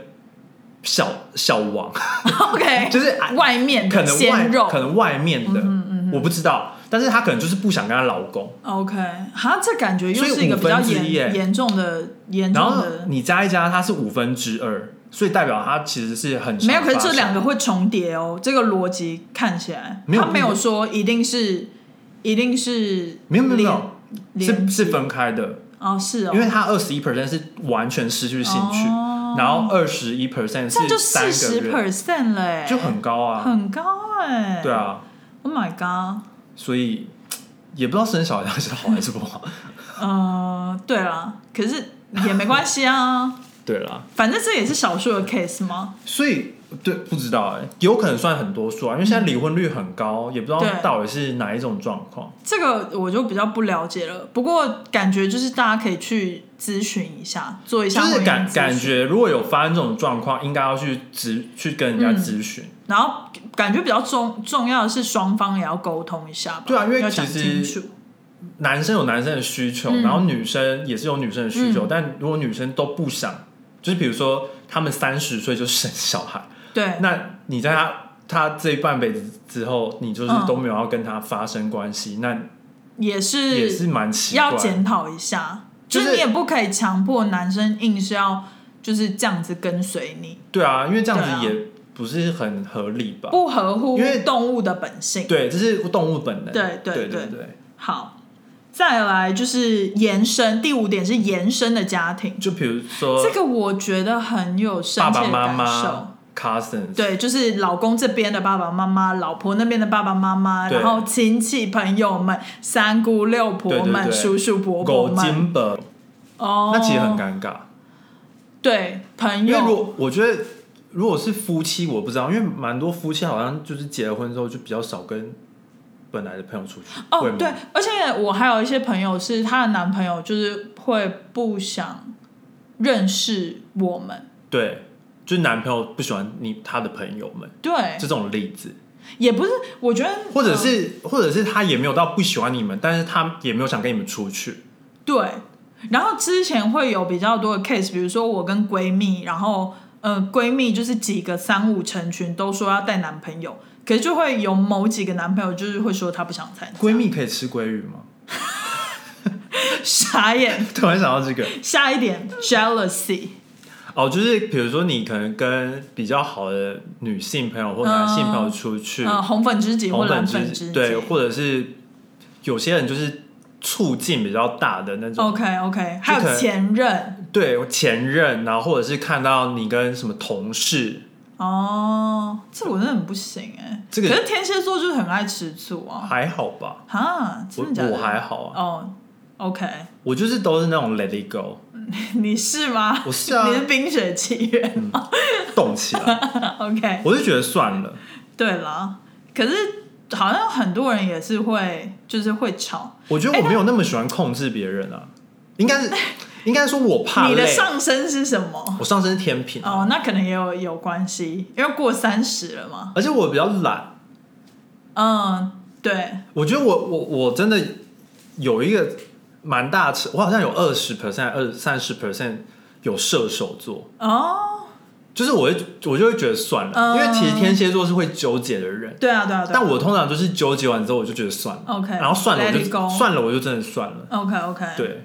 Speaker 1: 小小王，
Speaker 2: OK，
Speaker 1: 就是啊
Speaker 2: 外面
Speaker 1: 可
Speaker 2: 的
Speaker 1: 能外
Speaker 2: 鲜肉
Speaker 1: 可能外面的，
Speaker 2: 嗯嗯
Speaker 1: 我不知道，但是她可能就是不想跟她老公。
Speaker 2: OK，哈，这感觉又
Speaker 1: 所以
Speaker 2: 是一个
Speaker 1: 五
Speaker 2: 比较
Speaker 1: 分之一
Speaker 2: 严
Speaker 1: 耶
Speaker 2: 严重的严
Speaker 1: 然
Speaker 2: 重
Speaker 1: 后
Speaker 2: 的，
Speaker 1: 你加一加，它是五分之二，所以代表它其实是很常
Speaker 2: 没有。可是
Speaker 1: 发生
Speaker 2: 这两个会重叠哦，这个逻辑看起来，
Speaker 1: 没有
Speaker 2: 他没有说一定是一定是
Speaker 1: 没有没有没
Speaker 2: 连
Speaker 1: 有
Speaker 2: 连
Speaker 1: 是是分开的，
Speaker 2: 哦是哦，
Speaker 1: 因为它二十一 percent 是完全失去兴趣，
Speaker 2: 哦
Speaker 1: 然后二十一 percent
Speaker 2: 这样就是四
Speaker 1: 三
Speaker 2: 十
Speaker 1: 个月，
Speaker 2: percent 了欸，
Speaker 1: 就很高啊，
Speaker 2: 很高哎、
Speaker 1: 对啊，
Speaker 2: ，Oh my god。
Speaker 1: 所以也不知道生小孩是好还是不好，
Speaker 2: 呃，对啦，可是也没关系啊，
Speaker 1: 对啦，
Speaker 2: 反正这也是少数的 case 吗？
Speaker 1: 所以对不知道哎、有可能算很多数啊，因为现在离婚率很高，也不知道
Speaker 2: 对
Speaker 1: 到底是哪一种状况。
Speaker 2: 这个我就比较不了解了。不过感觉就是大家可以去咨询一下，做一下
Speaker 1: 就
Speaker 2: 婚
Speaker 1: 是
Speaker 2: 姻
Speaker 1: 感
Speaker 2: 咨询
Speaker 1: 感，觉，如果有发生这种状况，应该要去咨去跟人
Speaker 2: 嗯
Speaker 1: 家咨询。
Speaker 2: 然后感觉比较重重要的是双方也要沟通一下吧。
Speaker 1: 对啊因为
Speaker 2: 要讲
Speaker 1: 其实
Speaker 2: 清楚，
Speaker 1: 男生有男生的需求，
Speaker 2: 嗯
Speaker 1: 然后女生也是有女生的需求，但如果女生都不想，就是比如说他们三十岁就生小孩，
Speaker 2: 对，
Speaker 1: 那你在他他这一半辈子之后，你就是
Speaker 2: 嗯
Speaker 1: 都没有要跟他发生关系，那
Speaker 2: 也
Speaker 1: 也
Speaker 2: 是
Speaker 1: 是蛮奇怪
Speaker 2: 要
Speaker 1: 的。
Speaker 2: 检讨一下，
Speaker 1: 就
Speaker 2: 就是是你也不可以强迫男生硬是要就是这样子跟随你，
Speaker 1: 对啊，因为这样
Speaker 2: 对啊
Speaker 1: 子也不是很合理吧？
Speaker 2: 不合乎
Speaker 1: 因为
Speaker 2: 动物的本性。
Speaker 1: 对，这是动物本能。
Speaker 2: 对对
Speaker 1: 对
Speaker 2: 对
Speaker 1: 对
Speaker 2: 好，再来就是延伸，第五点是延伸的家庭，
Speaker 1: 就比如说
Speaker 2: 这个我觉得很有深
Speaker 1: 爸
Speaker 2: 切
Speaker 1: 爸
Speaker 2: 的
Speaker 1: 妈
Speaker 2: 感受。
Speaker 1: 妈、cousins，
Speaker 2: 对，就是老公这边的爸爸妈妈，老婆那边的爸爸妈妈，
Speaker 1: 对
Speaker 2: 然后亲戚朋友们、三姑六婆们、
Speaker 1: 对对对
Speaker 2: 叔叔伯伯
Speaker 1: 狗
Speaker 2: 们，
Speaker 1: 金本，
Speaker 2: 哦，
Speaker 1: 那其实很尴尬，
Speaker 2: 对朋
Speaker 1: 因为如
Speaker 2: 友，
Speaker 1: 果我觉得如果是夫妻，我不知道，因为蛮多夫妻好像就是结了婚之后就比较少跟本来的朋友出去，会
Speaker 2: 哦
Speaker 1: 吗
Speaker 2: 对，，而且我还有一些朋友是她的男朋友，就是会不想认识我们，
Speaker 1: 对，就是男朋友不喜欢你他的朋友们
Speaker 2: 对，
Speaker 1: 这种例子，
Speaker 2: 也不是，我觉得
Speaker 1: 或者
Speaker 2: 嗯
Speaker 1: 是、或者是他也没有到不喜欢你们，但是他也没有想跟你们出去，
Speaker 2: 对，然后之前会有比较多的 case，比如说我跟闺蜜，然后呃闺蜜就是几个三五成群都说要带男朋友，可是就会有某几个男朋友就是会说他不想参加，
Speaker 1: 闺蜜可以吃鲑鱼吗？
Speaker 2: 傻眼。
Speaker 1: 突然想到这个
Speaker 2: 下一点 jealousy，
Speaker 1: 哦，就是比如说你可能跟比较好的女性朋友或男性朋友出去，
Speaker 2: 呃，红粉知己或
Speaker 1: 红
Speaker 2: 蓝
Speaker 1: 粉
Speaker 2: 粉
Speaker 1: 知
Speaker 2: 知己，
Speaker 1: 对，或者是有些人就是促进比较大的那种，
Speaker 2: OK OK，还
Speaker 1: 可
Speaker 2: 有
Speaker 1: 能
Speaker 2: 前任
Speaker 1: 对前任，然后或者是看到你跟什么同事，
Speaker 2: 哦，这我真的很不行哎、
Speaker 1: 这个
Speaker 2: 可是天蝎座就是很爱吃醋啊，
Speaker 1: 还好吧？
Speaker 2: 哈，
Speaker 1: 我
Speaker 2: 真的假的？
Speaker 1: 我还好啊，
Speaker 2: 哦，OK，
Speaker 1: 我就是都是那种 let it go，
Speaker 2: 你是吗？
Speaker 1: 我是啊
Speaker 2: 你是冰雪奇缘、
Speaker 1: 动起来，
Speaker 2: o k
Speaker 1: 我就觉得算了，
Speaker 2: 对了，可是好像很多人也是会，就是会吵。
Speaker 1: 我觉得我没有那么喜欢控制别人啊，应 该是应该说我怕
Speaker 2: 你的
Speaker 1: 累，
Speaker 2: 上身是什么？
Speaker 1: 我上身是天平啊，
Speaker 2: 哦，那可能也有有关系，因为过三十了嘛。
Speaker 1: 而且我比较懒。
Speaker 2: 嗯，对，
Speaker 1: 我觉得我我我真的有一个蛮大尺，我好像有二十 percent、二三十 percent 有射手座，
Speaker 2: 哦，
Speaker 1: 就是我会我就会觉得算了，
Speaker 2: 嗯
Speaker 1: 因为其实天蝎座是会纠结的人，
Speaker 2: 对啊，对啊，对啊。
Speaker 1: 但我通常就是纠结完之后我就觉得算了
Speaker 2: OK，
Speaker 1: 然后算了我
Speaker 2: let it
Speaker 1: 就
Speaker 2: go
Speaker 1: 算了我就真的算了，
Speaker 2: OK OK，，
Speaker 1: 对，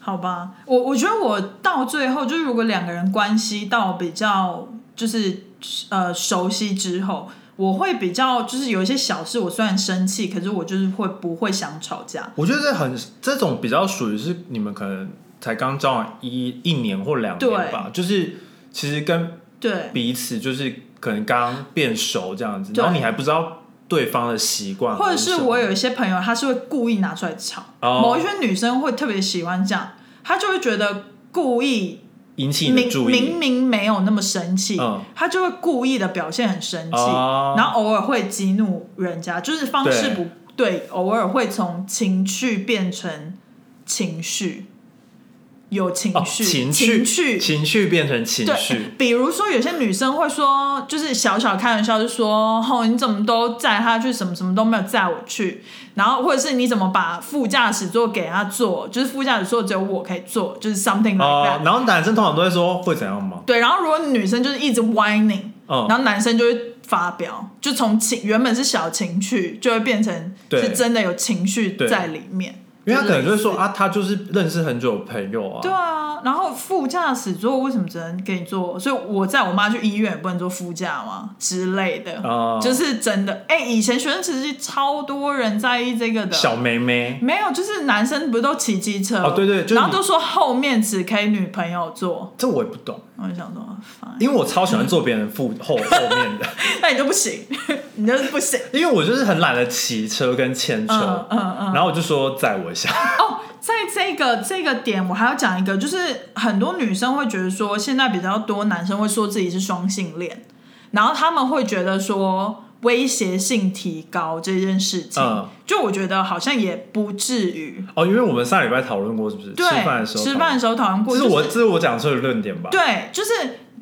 Speaker 2: 好吧，我我觉得我到最后就是，如果两个人关系到比较就是呃熟悉之后，我会比较就是有一些小事，我虽然生气，可是我就是会不会想吵架。
Speaker 1: 我觉得这很这种比较属于是你们可能才刚交往一一年或两年吧，就是其实跟
Speaker 2: 对，
Speaker 1: 彼此就是可能刚变熟这样子，
Speaker 2: 对
Speaker 1: 然后你还不知道对方的习惯，
Speaker 2: 或者
Speaker 1: 什
Speaker 2: 是
Speaker 1: 么
Speaker 2: 我有一些朋友，他是会故意拿出来吵，
Speaker 1: 哦
Speaker 2: 某一些女生会特别喜欢这样，她就会觉得故意
Speaker 1: 引起你
Speaker 2: 明
Speaker 1: 的注
Speaker 2: 明
Speaker 1: 意，
Speaker 2: 明没有那么生气，
Speaker 1: 嗯
Speaker 2: 他就会故意的表现很生气，
Speaker 1: 哦
Speaker 2: 然后偶尔会激怒人家，就是方式不对，偶尔会从情绪变成情绪，有情
Speaker 1: 哦，
Speaker 2: 绪，
Speaker 1: 情
Speaker 2: 情
Speaker 1: 绪
Speaker 2: 绪。
Speaker 1: 情绪变成情
Speaker 2: 对
Speaker 1: 绪，，
Speaker 2: 比如说有些女生会说，就是小小开玩笑，就说：“哦，你怎么都载她去，什么什么都没有载我去。”然后或者是你怎么把副驾驶座给她坐，就是副驾驶座只有我可以坐，就是 something like that、
Speaker 1: 哦，然后男生通常都会说会怎样吗？
Speaker 2: 对，然后如果女生就是一直 whining，、
Speaker 1: 嗯
Speaker 2: 然后男生就会发飙，就从情原本是小情绪，就会变成
Speaker 1: 对
Speaker 2: 是真的有情绪在里面。
Speaker 1: 因为他可能就会
Speaker 2: 类
Speaker 1: 说
Speaker 2: 似
Speaker 1: 啊，他就是认识很久的朋友啊，
Speaker 2: 对啊，然后副驾驶座为什么只能给你坐？所以我载我妈去医院也不能坐副驾嘛之类的，
Speaker 1: 哦
Speaker 2: 就是真的。哎、以前学生时期超多人在意这个的，
Speaker 1: 小妹妹，
Speaker 2: 没有，就是男生不是都骑机车？
Speaker 1: 哦对对就是
Speaker 2: 然后
Speaker 1: 你
Speaker 2: 都说后面只可以女朋友坐，
Speaker 1: 这我也不懂，
Speaker 2: 我就想说啊烦，
Speaker 1: 因为我超喜欢坐别人副后后面的，
Speaker 2: 那你就不行，你就是不行。
Speaker 1: 因为我就是很懒得骑车跟牵
Speaker 2: 嗯
Speaker 1: 车，
Speaker 2: 嗯嗯。
Speaker 1: 然后我就说载我一下，
Speaker 2: 哦，在这个这个点，我还要讲一个，就是很多女生会觉得说，现在比较多男生会说自己是双性恋，然后他们会觉得说威胁性提高这件事情，
Speaker 1: 嗯
Speaker 2: 就我觉得好像也不至于。
Speaker 1: 哦，因为我们上礼拜讨论过是不是？吃
Speaker 2: 对，
Speaker 1: 饭的时候，
Speaker 2: 吃饭的时候讨论过，
Speaker 1: 这是
Speaker 2: 就
Speaker 1: 我这是我讲出的论点吧？
Speaker 2: 对，就是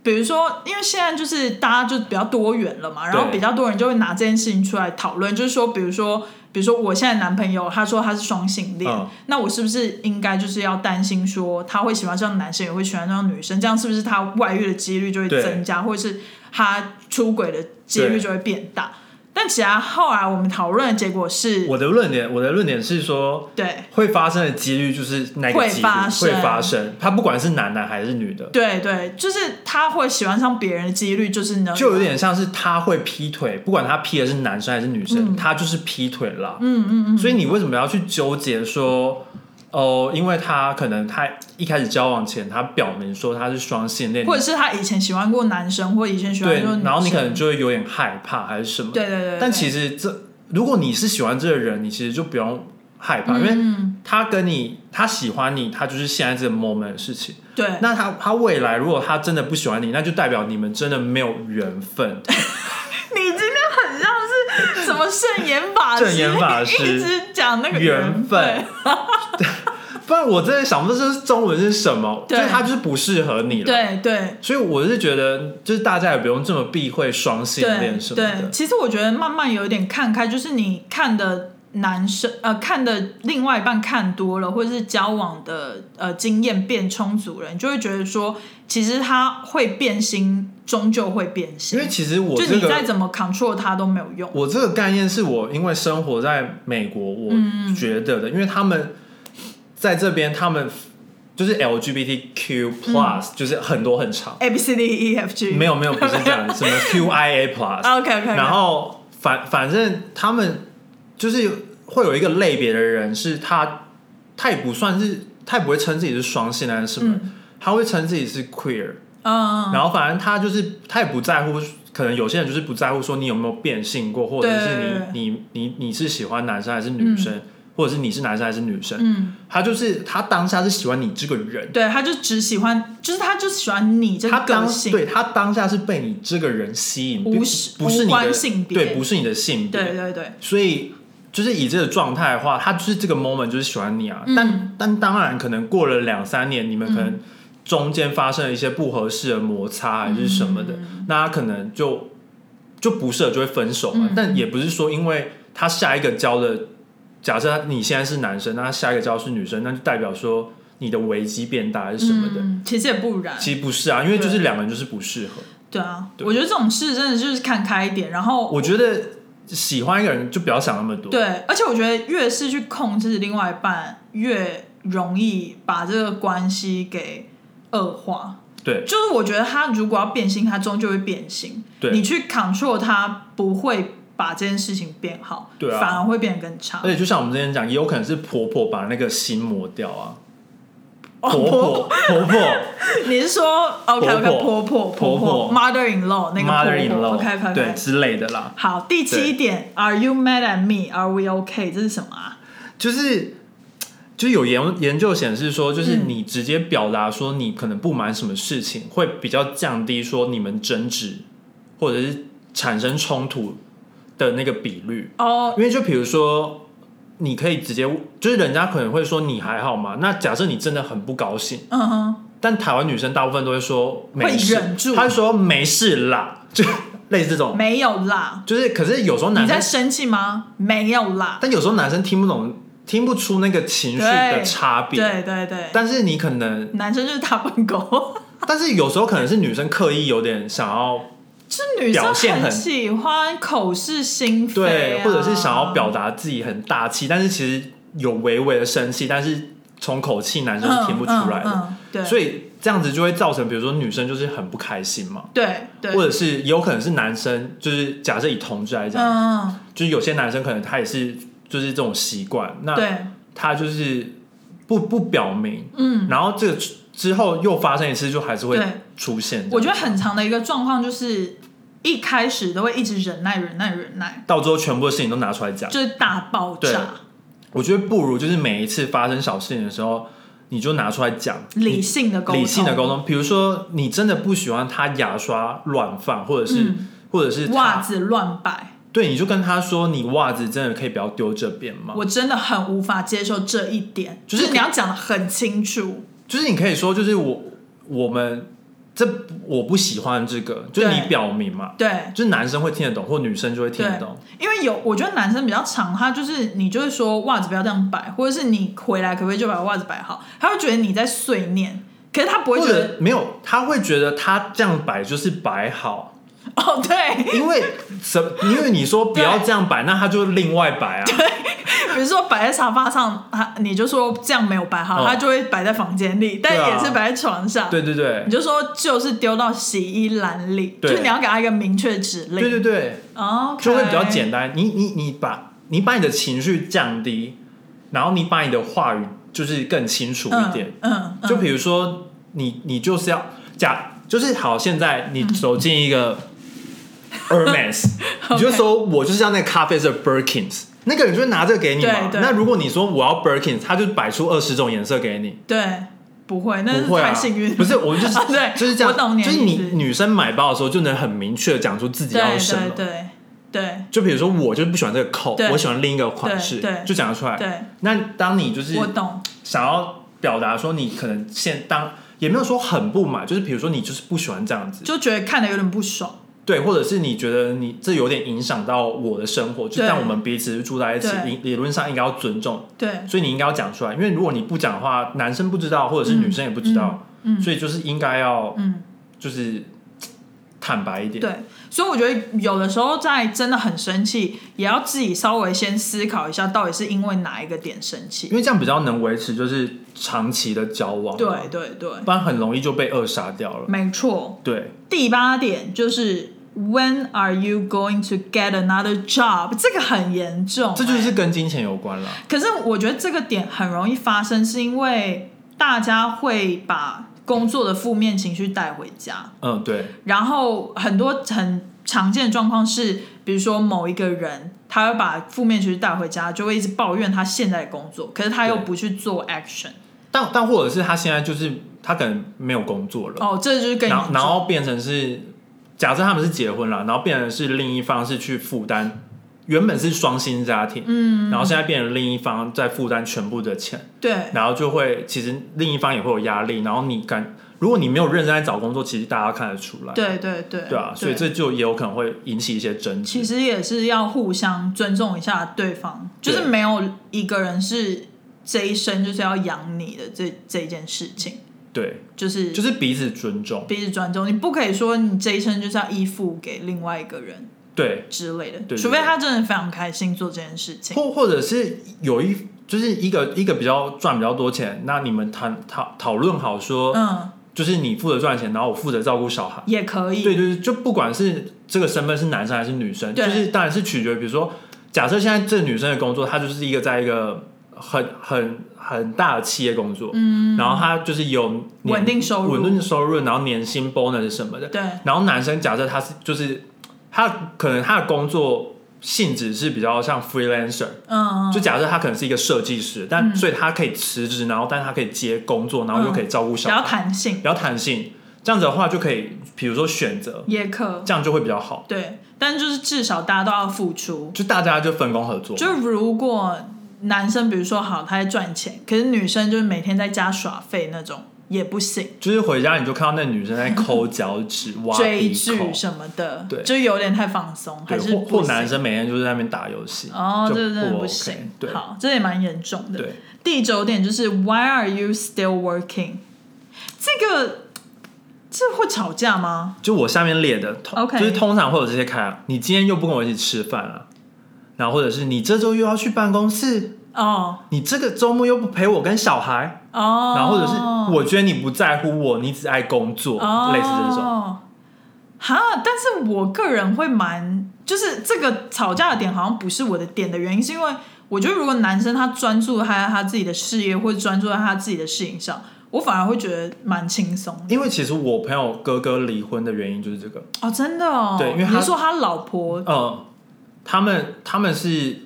Speaker 2: 比如说，因为现在就是大家就比较多元了嘛，然后
Speaker 1: 对
Speaker 2: 比较多人就会拿这件事情出来讨论，就是说，比如说，比如说我现在男朋友他说他是双性恋，
Speaker 1: 嗯
Speaker 2: 那我是不是应该就是要担心说他会喜欢上男生，也会喜欢上女生，这样是不是他外遇的几率就会
Speaker 1: 对
Speaker 2: 增加，或者是他出轨的几率
Speaker 1: 对
Speaker 2: 就会变大？但其实后来我们讨论的结果是，
Speaker 1: 我的论点，我的论点是说，
Speaker 2: 对
Speaker 1: 会发生的几率就是那个
Speaker 2: 会
Speaker 1: 几率
Speaker 2: 发生
Speaker 1: 会发生，它不管是男的还是女的，
Speaker 2: 对对，就是他会喜欢上别人的几率就是呢，
Speaker 1: 就有点像是他会劈腿，不管他劈的是男生还是女
Speaker 2: 嗯
Speaker 1: 生，他就是劈腿了。嗯嗯嗯。所以你为什么要去纠结说，哦，因为他可能他一开始交往前，他表明说他是双性恋，
Speaker 2: 或者是他以前喜欢过男生，或以前喜欢
Speaker 1: 对
Speaker 2: 过女，生，
Speaker 1: 然后你可能就会有点害怕还是什么。
Speaker 2: 对对对对
Speaker 1: 但其实这，如果你是喜欢这个人，你其实就不用害啊怕，因为
Speaker 2: 嗯，
Speaker 1: 他跟你，他喜欢你，他就是现在这个 moment 的事情。
Speaker 2: 对，
Speaker 1: 那他他未来如果他真的不喜欢你，那就代表你们真的没有缘 分。
Speaker 2: 你今天很像是什么圣言法师，
Speaker 1: 正言法师
Speaker 2: 一直讲那个
Speaker 1: 缘分
Speaker 2: 分，
Speaker 1: 不然我真的想不到这是中文是什么，就
Speaker 2: 对
Speaker 1: 是他就是不适合你了。，
Speaker 2: 对对
Speaker 1: 所以我是觉得，就是大家也不用这么避讳双性
Speaker 2: 对
Speaker 1: 恋什么
Speaker 2: 对。
Speaker 1: 的。
Speaker 2: 其实我觉得慢慢有一点看开，就是你看的男生呃看的另外一半看多了，或者是交往的呃经验变充足了，你就会觉得说，其实他会变心，终究会变
Speaker 1: 因
Speaker 2: 心
Speaker 1: 为。其实我
Speaker 2: 就
Speaker 1: 这
Speaker 2: 你再
Speaker 1: 个
Speaker 2: 怎么 control 他都没有用。
Speaker 1: 我这个概念是我因为生活在美国，我觉得的，因为他们在这边他们。就是 LGBTQ plus，、就是很多很长，
Speaker 2: A B C D E F G 啊
Speaker 1: 没有没有不是这样，什么 QIA plus，
Speaker 2: OK OK，
Speaker 1: 然后反反正他们就是会有一个类别的人，是他他也不算是，他也不会称自己是双性啊还是什么，他会称自己是 queer，、
Speaker 2: 嗯，
Speaker 1: 然后反正他就是他也不在乎，可能有些人就是不在乎说你有没有变性过，或者是
Speaker 2: 对
Speaker 1: 你你你你是喜欢男生还是女生，或者是你是男生还是女生，
Speaker 2: 嗯，
Speaker 1: 他就是他当下是喜欢你这个人。
Speaker 2: 对，他就只喜欢，就是他就喜欢你这
Speaker 1: 他
Speaker 2: 个
Speaker 1: 当
Speaker 2: 个性，
Speaker 1: 对他当下是被你这个人吸引，
Speaker 2: 无
Speaker 1: 并
Speaker 2: 视
Speaker 1: 不是
Speaker 2: 无
Speaker 1: 你
Speaker 2: 关
Speaker 1: 的
Speaker 2: 性别
Speaker 1: 对，不是你的性别，
Speaker 2: 对对对
Speaker 1: 所以就是以这个状态的话，他就是这个 moment 就是喜欢你啊。
Speaker 2: 嗯
Speaker 1: 但但当然，可能过了两三年，你们可能中间发生了一些不合适的摩擦还是什么的，
Speaker 2: 嗯
Speaker 1: 那他可能就就不适合就会分手嘛。
Speaker 2: 嗯
Speaker 1: 但也不是说因为他下一个交的，假设他你现在是男生，那他下一个交是女生，那就代表说你的危机变大还是什么的。
Speaker 2: 嗯，其实也不然，
Speaker 1: 其实不是啊，因为就是
Speaker 2: 对
Speaker 1: 两个人就是不适合。
Speaker 2: 对啊，
Speaker 1: 对
Speaker 2: 我觉得这种事真的就是看开一点，然后
Speaker 1: 我觉得喜欢一个人就不要想那么多。
Speaker 2: 对，而且我觉得越是去控制另外一半，越容易把这个关系给恶化。
Speaker 1: 对
Speaker 2: 就是我觉得他如果要变心，他终究会变心。
Speaker 1: 对
Speaker 2: 你去 control 他，不会把这件事情变好，
Speaker 1: 对啊
Speaker 2: 反而会变得更差。
Speaker 1: 而且就像我们之前讲，也有可能是婆婆把那个心磨掉啊。
Speaker 2: 哦
Speaker 1: 婆婆婆婆
Speaker 2: 你是说 OK OK
Speaker 1: 婆
Speaker 2: 婆
Speaker 1: 婆婆
Speaker 2: 婆
Speaker 1: 婆
Speaker 2: mother in law 那个
Speaker 1: mother in
Speaker 2: 婆
Speaker 1: law
Speaker 2: 婆 OK OK
Speaker 1: 对之类的啦，
Speaker 2: 好，第七
Speaker 1: 对
Speaker 2: 点，Are you mad at me? Are we OK？这是什么啊？
Speaker 1: 就是就是有研研究显示说，就是
Speaker 2: 嗯
Speaker 1: 你直接表达说你可能不满什么事情，会比较降低说你们争执或者是产生冲突的那个比率。
Speaker 2: 哦、
Speaker 1: 因为就比如说，你可以直接就是人家可能会说你还好吗？那假设你真的很不高兴，
Speaker 2: 嗯哼，
Speaker 1: 但台湾女生大部分都会说没事，
Speaker 2: 会忍住
Speaker 1: 她会说没事啦， 就类似这种，
Speaker 2: 没有啦。
Speaker 1: 就是可是有时候
Speaker 2: 你
Speaker 1: 男
Speaker 2: 在
Speaker 1: 生，
Speaker 2: 生气吗？没有啦。
Speaker 1: 但有时候男生听不懂，听不出那个情绪的差别。
Speaker 2: 对对对，
Speaker 1: 但是你可能，
Speaker 2: 男生就是大笨狗，
Speaker 1: 但是有时候可能是女生刻意有点想要
Speaker 2: 这女生
Speaker 1: 表现很
Speaker 2: 喜欢口是心非、
Speaker 1: 对，
Speaker 2: 啊，
Speaker 1: 或者是想要表达自己很大气，但是其实有微微的生气，但是从口气男生是听不出来
Speaker 2: 嗯嗯
Speaker 1: 的，
Speaker 2: 嗯对，
Speaker 1: 所
Speaker 2: 以
Speaker 1: 以这样子就会造成，比如说女生就是很不开心嘛，
Speaker 2: 对对，
Speaker 1: 或者是也有可能是男生，就是假设以同志来讲，
Speaker 2: 嗯，
Speaker 1: 就是有些男生可能他也是就是这种习惯，那
Speaker 2: 嗯对，
Speaker 1: 他就是不不表明，
Speaker 2: 嗯，
Speaker 1: 然后这个之后又发生一次，就还是会
Speaker 2: 对
Speaker 1: 出现。
Speaker 2: 我觉得很长的一个状况就是一开始都会一直忍耐、忍耐、忍耐，
Speaker 1: 到最后全部的事情都拿出来讲，
Speaker 2: 就是大爆炸，
Speaker 1: 我觉得不如就是每一次发生小事情的时候，你就拿出来讲，
Speaker 2: 理性的沟通，
Speaker 1: 理性的沟通。比如说你真的不喜欢他牙刷乱放，或者是、
Speaker 2: 嗯
Speaker 1: 或者是他
Speaker 2: 袜，子乱摆，
Speaker 1: 对，你就跟他说你袜子真的可以不要丢这边吗？
Speaker 2: 我真的很无法接受这一点，、
Speaker 1: 就是是
Speaker 2: 你要讲的很清楚，
Speaker 1: 就是你可以说，就是我我们这我不喜欢这个，就是
Speaker 2: 对
Speaker 1: 你表明嘛，
Speaker 2: 对。
Speaker 1: 就是男生会听得懂，或女生就会听得懂。
Speaker 2: 因为有，我觉得男生比较长，他就是你就是说袜子不要这样摆，或者是你回来可不可以就把袜子摆好，他会觉得你在碎念，可是他不会
Speaker 1: 或
Speaker 2: 觉
Speaker 1: 者
Speaker 2: 得
Speaker 1: 没有，他会觉得他这样摆就是摆 好，
Speaker 2: 哦，对，
Speaker 1: 因为什？因为你说不要这样摆，那他就另外摆啊。
Speaker 2: 比如说摆在沙发上，他你就说这样没有摆好，
Speaker 1: 嗯
Speaker 2: 他就会摆在房间里，但
Speaker 1: 对啊
Speaker 2: 也是摆在床上。
Speaker 1: 对对对
Speaker 2: 你，就说就是丢到洗衣篮里，就
Speaker 1: 对
Speaker 2: 是你要给他一个明确指令。
Speaker 1: 对对对，
Speaker 2: 哦，
Speaker 1: 就会比较简单。你你你把你把你的情绪降低，然后你把你的话语就是更清楚一点。
Speaker 2: 嗯。嗯，嗯
Speaker 1: 就比如说你你就是要假，就是好，现在
Speaker 2: 嗯
Speaker 1: 你走进一 个 Hermes，、你就说我就是要那个咖啡色 Birkins，那个人就会拿这个给你嘛。
Speaker 2: 对对
Speaker 1: 那如果你说我要 Birkins，他就摆出二十种颜色给你。
Speaker 2: 对，不会，那是
Speaker 1: 不会啊，
Speaker 2: 太幸运了。、
Speaker 1: 不是，我就是
Speaker 2: 啊 对
Speaker 1: 就是这样，
Speaker 2: 我懂你的
Speaker 1: 就是
Speaker 2: 意
Speaker 1: 你
Speaker 2: 思
Speaker 1: 女生买包的时候就能很明确的讲出自己要哎
Speaker 2: 对
Speaker 1: 什么
Speaker 2: 对。对对
Speaker 1: 就比如说，我就是不喜欢这个扣
Speaker 2: 对，
Speaker 1: 我喜欢另一个款式
Speaker 2: 对对，
Speaker 1: 就讲得出来。
Speaker 2: 对，
Speaker 1: 那当你就是
Speaker 2: 我懂。
Speaker 1: 想要表达说你可能现当也没有说很不满，就是比如说你就是不喜欢这样子，
Speaker 2: 就觉得看的有点不爽，
Speaker 1: 对，或者是你觉得你这有点影响到我的生活，就
Speaker 2: 对
Speaker 1: 但我们彼此住在一起
Speaker 2: 对，
Speaker 1: 理理论上应该要尊重，
Speaker 2: 对，
Speaker 1: 所以你应该要讲出来，因为如果你不讲的话，男生不知道或者是
Speaker 2: 嗯
Speaker 1: 女生也不知道，
Speaker 2: 嗯
Speaker 1: 所以就是应该要
Speaker 2: 嗯，
Speaker 1: 就是。坦白一点。
Speaker 2: 对，所以我觉得有的时候在真的很生气，也要自己稍微先思考一下，到底是因为哪一个点生气
Speaker 1: 因。为这样比较能维持就是长期的交往，
Speaker 2: 对，对对，
Speaker 1: 不然很容易就被扼杀掉了。
Speaker 2: 没错。
Speaker 1: 对，
Speaker 2: 第八点就是 When are you going to get another job？这个很严重、
Speaker 1: 这就
Speaker 2: 哎
Speaker 1: 是跟金钱有关了。
Speaker 2: 可是我觉得这个点很容易发生，是因为大家会把工作的负面情绪带回家，
Speaker 1: 嗯，对，
Speaker 2: 然后很多很常见的状况是，比如说某一个人，他会把负面情绪带回家，就会一直抱怨他现在的工作，可是他又
Speaker 1: 对
Speaker 2: 不去做 action。
Speaker 1: 但但或者是他现在就是他可能没有工作了，
Speaker 2: 哦，这就是更
Speaker 1: 然
Speaker 2: 严
Speaker 1: 后
Speaker 2: 重
Speaker 1: 然后变成是假设他们是结婚了，然后变成是另一方是去负担。原本是双薪家庭，嗯，然后现在变成另一方在负担全部的钱，
Speaker 2: 对
Speaker 1: 然后就会其实另一方也会有压力，然后你感如果你没有认真在找工作，其实大家看得出来，
Speaker 2: 对对对，
Speaker 1: 对啊，所以这就也有可能会引起一些争
Speaker 2: 其
Speaker 1: 执。
Speaker 2: 实也是要互相尊重一下对方，
Speaker 1: 对
Speaker 2: 就是没有一个人是这一生就是要养你的这这件事情，
Speaker 1: 对，
Speaker 2: 就是
Speaker 1: 就是彼此尊重。
Speaker 2: 彼此尊重，你不可以说你这一生就是要依附给另外一个人
Speaker 1: 对，
Speaker 2: 之类的，
Speaker 1: 对对
Speaker 2: 除非他真的非常开心做这件事情。
Speaker 1: 或或者是有一就是一个一个比较赚比较多钱，那你们谈讨讨论好说，
Speaker 2: 嗯，
Speaker 1: 就是你负责赚钱，然后我负责照顾小孩。
Speaker 2: 也可以，
Speaker 1: 对对对，就不管是这个身份是男生还是女生，就
Speaker 2: 对
Speaker 1: 是当然是取决于，比如说，假设现在这女生的工作，她就是一个在一个很很很大的企业工作，嗯，然后她就是有年
Speaker 2: 稳定收入
Speaker 1: 稳定收入，然后年薪 bonus 什么的，
Speaker 2: 对
Speaker 1: 然后男生假设他是就是他可能他的工作性质是比较像 freelancer，、
Speaker 2: 嗯，嗯嗯
Speaker 1: 就假设他可能是一个设计师，但所以他可以辞职，然后但他可以接工作，然后又可以照顾
Speaker 2: 比
Speaker 1: 小
Speaker 2: 较
Speaker 1: 孩，
Speaker 2: 弹性
Speaker 1: 比较弹性。这样子的话就可以，比如说选择，
Speaker 2: 也可，
Speaker 1: 这样就会比较好。
Speaker 2: 对，但就是至少大家都要付出，
Speaker 1: 就大家就分工合作，
Speaker 2: 就如果男生比如说好，他在赚钱，可是女生就是每天在家耍废那种也不行，
Speaker 1: 就是回家你就看到那女生在抠脚趾、挖
Speaker 2: 追
Speaker 1: 鼻
Speaker 2: 剧
Speaker 1: 孔，
Speaker 2: 什么的，
Speaker 1: 对
Speaker 2: 就有点太放松，还
Speaker 1: 对，
Speaker 2: 是
Speaker 1: 或或
Speaker 2: 不
Speaker 1: 男
Speaker 2: 行。
Speaker 1: 生每天就是在那边打游戏，
Speaker 2: 哦，
Speaker 1: 就
Speaker 2: 这真的
Speaker 1: 不 OK，
Speaker 2: 行。
Speaker 1: 对
Speaker 2: 好，这也蛮严重的。
Speaker 1: 对，
Speaker 2: 第九点就是 Why are you still working？这个这会吵架吗？
Speaker 1: 就我下面列的通
Speaker 2: OK
Speaker 1: 就是通常会有这些开啊，你今天又不跟我一起吃饭了、然后或者是你这周又要去办公室，
Speaker 2: 哦
Speaker 1: 你这个周末又不陪我跟小孩，
Speaker 2: 哦，
Speaker 1: 然后或者是我觉得你不在乎我，你只爱工作，
Speaker 2: 哦，
Speaker 1: 类似这种。
Speaker 2: 哈，但是我个人会蛮，就是这个吵架的点好像不是我的点的原因，是因为我觉得如果男生他专注在他他自己的事业，或者专注在他自己的事情上，我反而会觉得蛮轻松的。
Speaker 1: 因为其实我朋友哥哥离婚的原因就是这个，
Speaker 2: 哦，真的哦，
Speaker 1: 对因为
Speaker 2: 你
Speaker 1: 他
Speaker 2: 是说他老婆
Speaker 1: 呃，他们他们是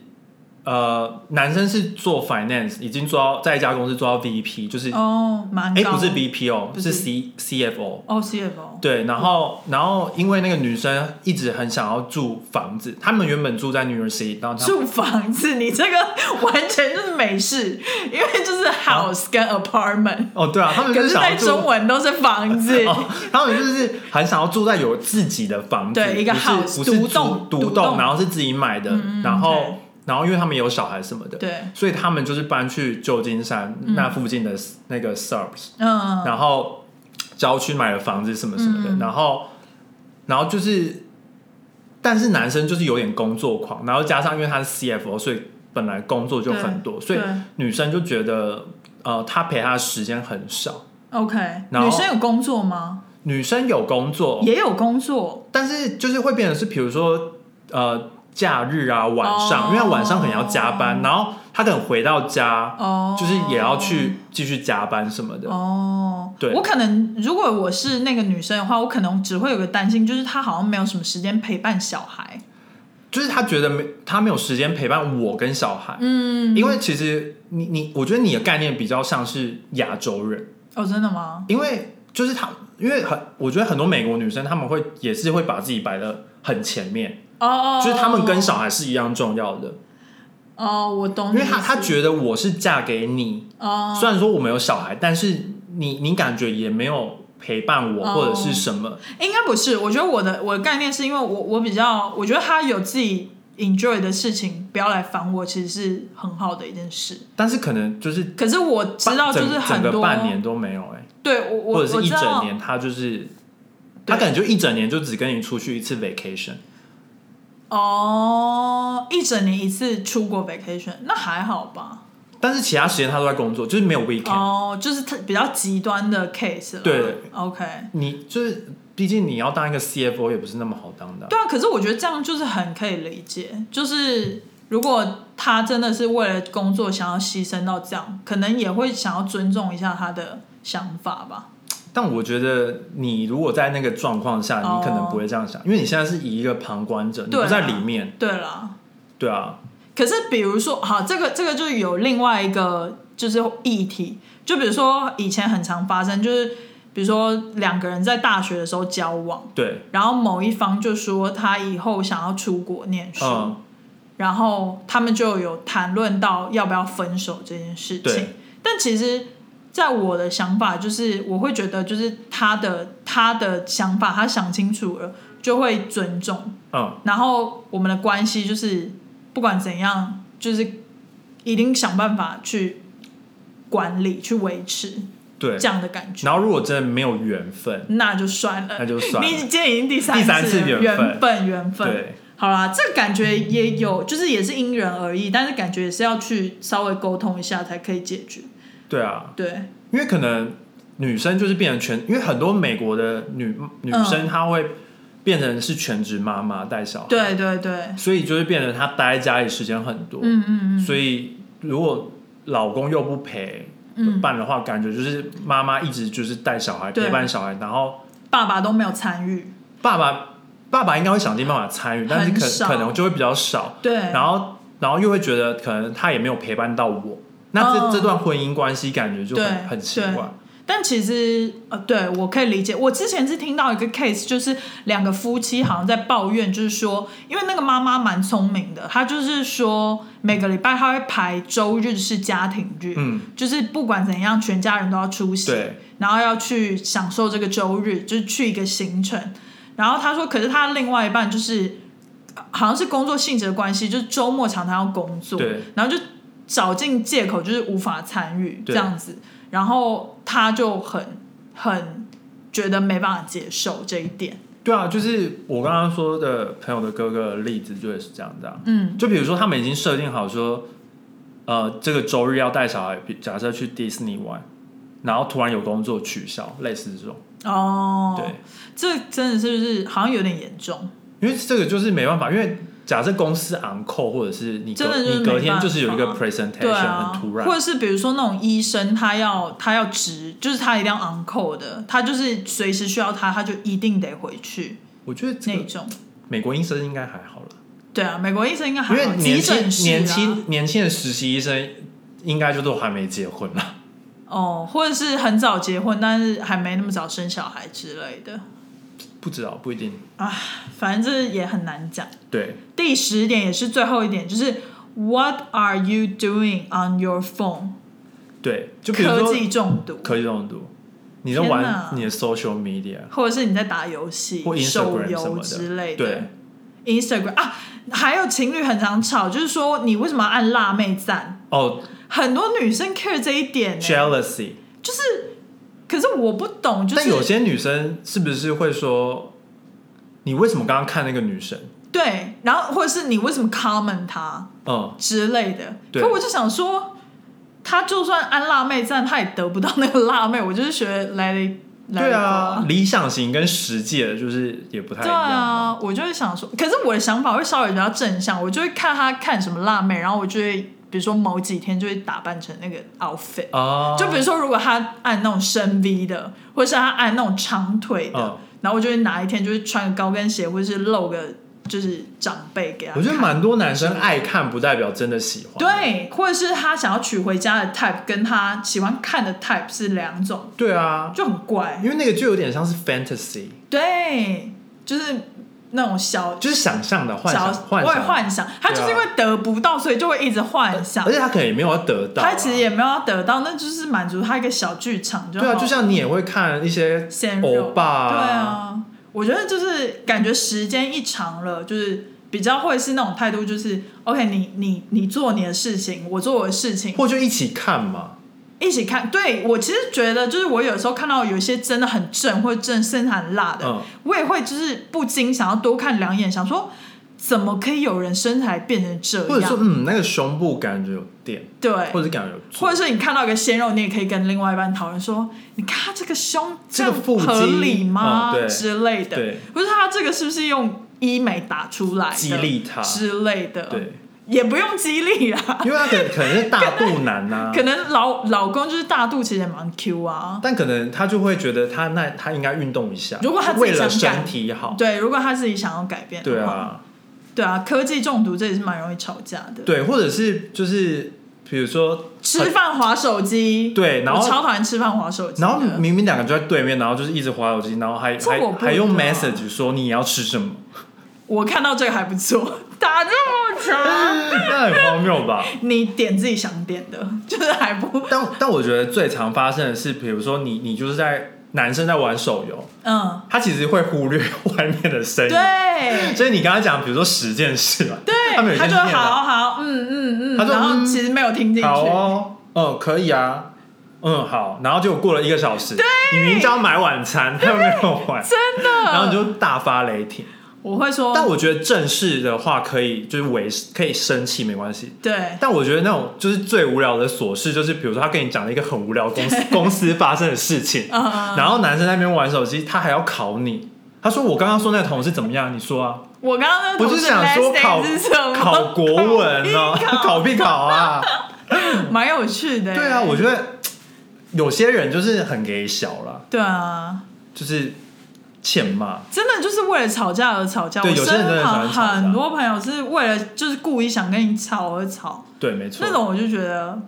Speaker 1: 呃，男生是做 finance，已经做到在一家公司做到 VP，就是哎、
Speaker 2: 哦，蛮高，
Speaker 1: 不是 VP 哦，
Speaker 2: 不是
Speaker 1: 是 C CFO。
Speaker 2: 哦，CFO，
Speaker 1: 对，然后然后因为那个女生一直很想要住房子，他们原本住在 New York City，然后他
Speaker 2: 住房子，你这个完全就是美式，因为就是 house 跟 apartment，、
Speaker 1: 哦对啊，他们就
Speaker 2: 可是
Speaker 1: 想
Speaker 2: 在
Speaker 1: 要
Speaker 2: 中
Speaker 1: 住。
Speaker 2: 文都是房子。
Speaker 1: 哦，他们就是很想要住在有自己的房子，
Speaker 2: 对一个
Speaker 1: 不是
Speaker 2: house，
Speaker 1: 不是
Speaker 2: 独
Speaker 1: 住
Speaker 2: 栋独
Speaker 1: 独
Speaker 2: 栋嗯
Speaker 1: 栋，然后是自己买的，然
Speaker 2: 对
Speaker 1: 后然后因为他们有小孩什么的，
Speaker 2: 对
Speaker 1: 所以他们就是搬去旧金山那附近的那个 suburbs，、
Speaker 2: 嗯，
Speaker 1: 然后郊区买了房子什么什么的，然后然后就是，但是男生就是有点工作狂，然后加上因为他是 CFO，所以本来工作就很多，
Speaker 2: 对
Speaker 1: 所以
Speaker 2: 对
Speaker 1: 女生就觉得呃，他陪她的时间很少。
Speaker 2: OK，
Speaker 1: 然后
Speaker 2: 女生有工作吗？
Speaker 1: 女生有工作，
Speaker 2: 也有工作，
Speaker 1: 但是就是会变成是，比如说呃假日啊晚上，
Speaker 2: 哦
Speaker 1: 因为他晚上可能要加班，然后他可能回到家，
Speaker 2: 哦，
Speaker 1: 就是也要去继续加班什么的。
Speaker 2: 哦。
Speaker 1: 对
Speaker 2: 我可能如果我是那个女生的话，我可能只会有个担心，就是她好像没有什么时间陪伴小孩。
Speaker 1: 就是他觉得没他没有时间陪伴我跟小孩，
Speaker 2: 嗯，
Speaker 1: 因为其实你你我觉得你的概念比较像是亚洲人，
Speaker 2: 哦，真的吗？
Speaker 1: 因为就是他因为很我觉得很多美国女生她们会也是会把自己摆的很前面，
Speaker 2: 哦哦，
Speaker 1: 就是她们跟小孩是一样重要的，
Speaker 2: 哦，我懂
Speaker 1: 因
Speaker 2: 你
Speaker 1: 为
Speaker 2: 的意思，
Speaker 1: 她她觉得我是嫁给你，
Speaker 2: 哦，
Speaker 1: 虽然说我们有小孩，但是你你感觉也没有陪伴我
Speaker 2: 哦
Speaker 1: 或者是什么，
Speaker 2: 应该不是。我觉得我的我的概念是因为我我比较，我觉得她有自己 enjoy 的事情，不要来烦我，其实是很好的一件事。
Speaker 1: 但是可能就是
Speaker 2: 可是我知道，
Speaker 1: 半
Speaker 2: 就是
Speaker 1: 整
Speaker 2: 很
Speaker 1: 整个
Speaker 2: 多
Speaker 1: 半年都没有哎、
Speaker 2: 对我我
Speaker 1: 或者
Speaker 2: 我
Speaker 1: 是一
Speaker 2: 知道
Speaker 1: 整年他就是他可能就一整年就只跟你出去一次 vacation，
Speaker 2: 哦，一整年一次出国 vacation，那还好吧？
Speaker 1: 但是其他时间他都在工作，就是没有 weekend。
Speaker 2: 哦，就是特比较极端的 case 了。
Speaker 1: 对
Speaker 2: ，OK，
Speaker 1: 你就是，毕竟你要当一个 CFO 也不是那么好当的啊、
Speaker 2: 对啊。可是我觉得这样就是很可以理解，就是如果他真的是为了工作想要牺牲到这样，可能也会想要尊重一下他的想法吧。
Speaker 1: 但我觉得你如果在那个状况下，
Speaker 2: 哦
Speaker 1: 你可能不会这样想，因为你现在是以一个旁观者，你
Speaker 2: 对啊
Speaker 1: 不在里面。
Speaker 2: 对啦，
Speaker 1: 对啊，
Speaker 2: 可是比如说，好，这个这个就有另外一个就是议题，就比如说以前很常发生，就是比如说两个人在大学的时候交往，
Speaker 1: 对，啊
Speaker 2: 然后某一方就说他以后想要出国念书。
Speaker 1: 嗯，
Speaker 2: 然后他们就有谈论到要不要分手这件事情
Speaker 1: 对。
Speaker 2: 但其实，在我的想法就是，我会觉得就是他的他的想法，他想清楚了就会尊重，
Speaker 1: 嗯，
Speaker 2: 然后我们的关系就是不管怎样，就是一定想办法去管理、去维持
Speaker 1: 对
Speaker 2: 这。样的感觉。
Speaker 1: 然后如果真的没有缘分，
Speaker 2: 那就算了，
Speaker 1: 那就 算了
Speaker 2: 你今天已经第三
Speaker 1: 第三次
Speaker 2: 了
Speaker 1: 缘
Speaker 2: 缘
Speaker 1: 分
Speaker 2: 分，缘分
Speaker 1: 对，
Speaker 2: 好啦，这感觉也有，就是也是因人而异，但是感觉也是要去稍微沟通一下才可以解决。
Speaker 1: 对啊，
Speaker 2: 对，
Speaker 1: 因为可能女生就是变成全，因为很多美国的女女生她会变成是全职妈妈带小孩，，
Speaker 2: 对对对，
Speaker 1: 所以就是变成她待在家里时间很多，
Speaker 2: 嗯嗯
Speaker 1: 所以如果老公又不陪
Speaker 2: 嗯，
Speaker 1: 伴的话，感觉就是妈妈一直就是带小孩
Speaker 2: 对
Speaker 1: 陪伴小孩，然后
Speaker 2: 爸爸都没有参与，
Speaker 1: 爸爸爸爸应该会想尽办法参与，但是
Speaker 2: 很少
Speaker 1: 可可能就会比较少，
Speaker 2: 对，
Speaker 1: 然后然后又会觉得可能他也没有陪伴到我，那这、
Speaker 2: 嗯
Speaker 1: 这段婚姻关系感觉就
Speaker 2: 对
Speaker 1: 很很奇怪，
Speaker 2: 但其实呃，对我可以理解。我之前是听到一个 case，就是两个夫妻好像在抱怨，就是说，因为那个妈妈蛮聪明的，她就是说每个礼拜她会排周日是家庭日，
Speaker 1: 嗯，
Speaker 2: 就是不管怎样，全家人都要出席
Speaker 1: 对，
Speaker 2: 然后要去享受这个周日，就是去一个行程。然后她说，可是她另外一半就是呃好像是工作性质的关系，就是周末常常要工作，
Speaker 1: 对，
Speaker 2: 然后就找尽借口，就是无法参与这
Speaker 1: 对
Speaker 2: 样子。然后他就很很觉得没办法接受这一点。
Speaker 1: 对啊，就是我刚刚说的朋友的哥哥的例子就也是这样的啊、
Speaker 2: 嗯，
Speaker 1: 就比如说他们已经设定好说，呃，这个周日要带小孩，比假设去迪士尼玩，然后突然有工作取消，类似这种，
Speaker 2: 哦，
Speaker 1: 对，，
Speaker 2: 这真的是不是好像有点严重？
Speaker 1: 因为这个就是没办法，因为假设公司 on call 或者是你
Speaker 2: 真
Speaker 1: 隔
Speaker 2: 的就是
Speaker 1: 你隔
Speaker 2: 没办
Speaker 1: 天
Speaker 2: 法
Speaker 1: 就是有一个
Speaker 2: 对
Speaker 1: presentation、
Speaker 2: 啊
Speaker 1: 很，突
Speaker 2: 或者
Speaker 1: 然，
Speaker 2: 是比如说那种医生，他要他要值，就是他一定要 on call 的，他就是随时需要他，他就一定得回去
Speaker 1: 我觉得这
Speaker 2: 那
Speaker 1: 个
Speaker 2: 种。
Speaker 1: 美国医生应该还好了，
Speaker 2: 对啊，美国医生应该还
Speaker 1: 因为
Speaker 2: 好
Speaker 1: 年
Speaker 2: 急
Speaker 1: 轻、
Speaker 2: 诊室、啊、
Speaker 1: 年轻年轻的实习医生应该就都还没结婚了，
Speaker 2: 哦，或者是很早结婚，但是还没那么早生小孩之类的。
Speaker 1: 不知道不一定。
Speaker 2: 反正这也很难讲。
Speaker 1: 对，
Speaker 2: 第十点也是最后一点，就是 What are you doing on your phone？
Speaker 1: 对，就比如
Speaker 2: 科
Speaker 1: 说
Speaker 2: 技中毒，
Speaker 1: 科技中毒，你在
Speaker 2: 天哪
Speaker 1: 玩你的 social media，
Speaker 2: 或者是你在打游戏
Speaker 1: 或、
Speaker 2: 手
Speaker 1: Instagram 什
Speaker 2: 游
Speaker 1: 么
Speaker 2: 之类
Speaker 1: 对
Speaker 2: 的。Instagram 啊，还有情侣很常吵，就是说你为什么要按辣妹赞？
Speaker 1: 哦、
Speaker 2: 很多女生 care 这一点、
Speaker 1: j e
Speaker 2: 呢，
Speaker 1: a l o u s y
Speaker 2: 就是，可是我不懂，就是
Speaker 1: 但有些女生是不是会说，你为什么刚刚看那个女生？
Speaker 2: 对，然后或者是你为什么 comment 她？
Speaker 1: 嗯，
Speaker 2: 之类的。
Speaker 1: 对
Speaker 2: 可我就想说，他就算安辣妹赞，他也得不到那个辣妹。我就是学来了，
Speaker 1: 对啊，，理想型跟实际的就是也不太一
Speaker 2: 对
Speaker 1: 样嘛。
Speaker 2: 啊，我就会想说，可是我的想法会稍微比较正向，我就会看他看什么辣妹，然后我就会比如说某几天就会打扮成那个 outfit。
Speaker 1: 啊，
Speaker 2: 就比如说，如果他按那种深 V 的，或是他按那种长腿的，
Speaker 1: 嗯
Speaker 2: 然后我就会哪一天就是穿个高跟鞋，或是露个就是长辈给他看。
Speaker 1: 我觉得蛮多男生爱看，不代表真的喜欢。
Speaker 2: 对，或者是他想要娶回家的 type 跟他喜欢看的 type 是两种，
Speaker 1: 对啊，
Speaker 2: 就很怪。
Speaker 1: 因为那个就有点像是 fantasy，
Speaker 2: 对，就是那种小
Speaker 1: 就是想象的幻
Speaker 2: 小
Speaker 1: 想，
Speaker 2: 我
Speaker 1: 幻
Speaker 2: 也
Speaker 1: 想。啊
Speaker 2: 幻想，他就是因为得不到，所以就会一直幻想
Speaker 1: 而。且他可能也没有要得到啊、
Speaker 2: 他其实也没有要得到，那就是满足他一个小剧场就好。
Speaker 1: 对啊，就像你也会看一些
Speaker 2: 鲜肉
Speaker 1: 欧巴、
Speaker 2: 对，啊，我觉得就是感觉时间一长了，就是比较会是那种态度，就是 OK，你你你做你的事情，我做我的事情，
Speaker 1: 或就一起看嘛。
Speaker 2: 一起看，对我其实觉得，就是我有时候看到有一些真的很正或者正甚至很辣的，
Speaker 1: 嗯
Speaker 2: 我也会就是不禁想要多看两眼，想说怎么可以有人身材变成
Speaker 1: 或
Speaker 2: 这
Speaker 1: 者说
Speaker 2: 样？
Speaker 1: 嗯，那个胸部感觉有垫，
Speaker 2: 对，
Speaker 1: 或者感觉有做
Speaker 2: 或者是你看到一个鲜肉，你也可以跟另外一半讨论说，你看他这个胸
Speaker 1: 这个
Speaker 2: 样
Speaker 1: 腹肌
Speaker 2: 合理吗、
Speaker 1: 嗯对
Speaker 2: 之类的，
Speaker 1: 对
Speaker 2: 不是他这个是不是用医美打出来的
Speaker 1: 激励他
Speaker 2: 之类的，
Speaker 1: 对，
Speaker 2: 也不用激励啦，
Speaker 1: 因为他可能可能是大肚腩啊呐、
Speaker 2: 可能老老公就是大肚其实也蛮 Q 啊，
Speaker 1: 但可能他就会觉得他那他应该运动一下，
Speaker 2: 如果他自己
Speaker 1: 为了
Speaker 2: 想改
Speaker 1: 身体好，
Speaker 2: 对，如果他自己想要改变的话，
Speaker 1: 对啊，
Speaker 2: 对啊，科技中毒这也是蛮容易吵架的，
Speaker 1: 对，或者是就是比如说
Speaker 2: 吃饭划手机，
Speaker 1: 对然后
Speaker 2: 我超讨厌吃饭划手机的，
Speaker 1: 然后明明两个就在对面，然后就是一直滑手机，然后还
Speaker 2: 这我
Speaker 1: 还
Speaker 2: 不
Speaker 1: 还用
Speaker 2: 知道
Speaker 1: message 说你要吃什么，
Speaker 2: 我看到这个还不错， 打这么长。
Speaker 1: 那很荒谬吧？
Speaker 2: 你点自己想点的， 就是还不
Speaker 1: 但但我觉得最常发生的是，比如说你你就是在男生在玩手游，
Speaker 2: 嗯，
Speaker 1: 他其实会忽略外面的声音，
Speaker 2: 对
Speaker 1: 所以你刚刚讲，比如说十件事嘛，他们有
Speaker 2: 对，
Speaker 1: 一
Speaker 2: 他
Speaker 1: 件
Speaker 2: 就
Speaker 1: 事念了
Speaker 2: 好好嗯嗯嗯，
Speaker 1: 他就
Speaker 2: 然后
Speaker 1: 嗯
Speaker 2: 其实没有听进去，
Speaker 1: 好哦，嗯，可以啊，嗯，好，然后就过了一个小时，你明明就要买晚餐，他又没有买，
Speaker 2: 真的，
Speaker 1: 然后你就大发雷霆。
Speaker 2: 我会说，
Speaker 1: 但我觉得正式的话可以，就是为可以生气没关系。
Speaker 2: 对
Speaker 1: 但我觉得那种就是最无聊的琐事，就是比如说他跟你讲了一个很无聊公司 公司发生的事情，
Speaker 2: 嗯嗯
Speaker 1: 然后男生在那边玩手机，他还要考你。他说：“我刚刚说那个同事怎么样？你说啊，
Speaker 2: 我刚刚那个
Speaker 1: 我就
Speaker 2: 同
Speaker 1: 是
Speaker 2: 事
Speaker 1: 想说
Speaker 2: last day
Speaker 1: 考
Speaker 2: 是什 么
Speaker 1: 考国文 哦， 考必考啊。”
Speaker 2: 蛮有趣的，
Speaker 1: 对啊，我觉得有些人就是很给小啦，
Speaker 2: 对啊，
Speaker 1: 就是欠骂。
Speaker 2: 真的就是为了吵架而吵架，
Speaker 1: 对
Speaker 2: 我
Speaker 1: 有些人
Speaker 2: 身
Speaker 1: 真的
Speaker 2: 旁
Speaker 1: 喜欢吵架
Speaker 2: 很多朋友是为了就是故意想跟你吵而吵，
Speaker 1: 对，没错。
Speaker 2: 那种我就觉得，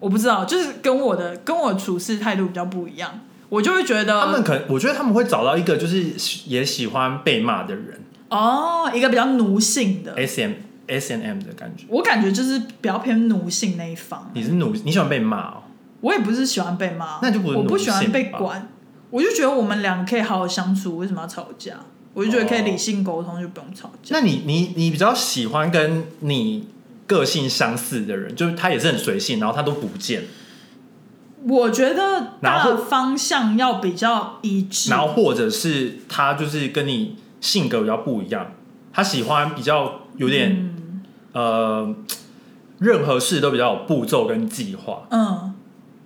Speaker 2: 我不知道，就是跟我的跟我处事态度比较不一样，我就会觉得
Speaker 1: 他们可能，我觉得他们会找到一个就是喜也喜欢被骂的人
Speaker 2: 哦，一个比较奴性的，
Speaker 1: ，S M S N M 的感觉。
Speaker 2: 我感觉就是比较偏奴性那一方。
Speaker 1: 你是奴，你喜欢被骂哦？
Speaker 2: 我也不是喜欢被骂，
Speaker 1: 嗯那就不是
Speaker 2: 我不
Speaker 1: 奴
Speaker 2: 喜欢
Speaker 1: 性
Speaker 2: 被
Speaker 1: 吧
Speaker 2: 管，我就觉得我们两个可以好好相处，为什么要吵架？我就觉得可以理性沟通，就不用吵架。
Speaker 1: 那你你你比较喜欢跟你个性相似的人，就是他也是很随性，然后他都不见，
Speaker 2: 我觉得
Speaker 1: 然
Speaker 2: 大
Speaker 1: 后
Speaker 2: 方向要比较一致，
Speaker 1: 然后或者是他就是跟你性格比较不一样，他喜欢比较有点、
Speaker 2: 嗯
Speaker 1: 呃，任何事都比较有步骤跟计划。
Speaker 2: 嗯，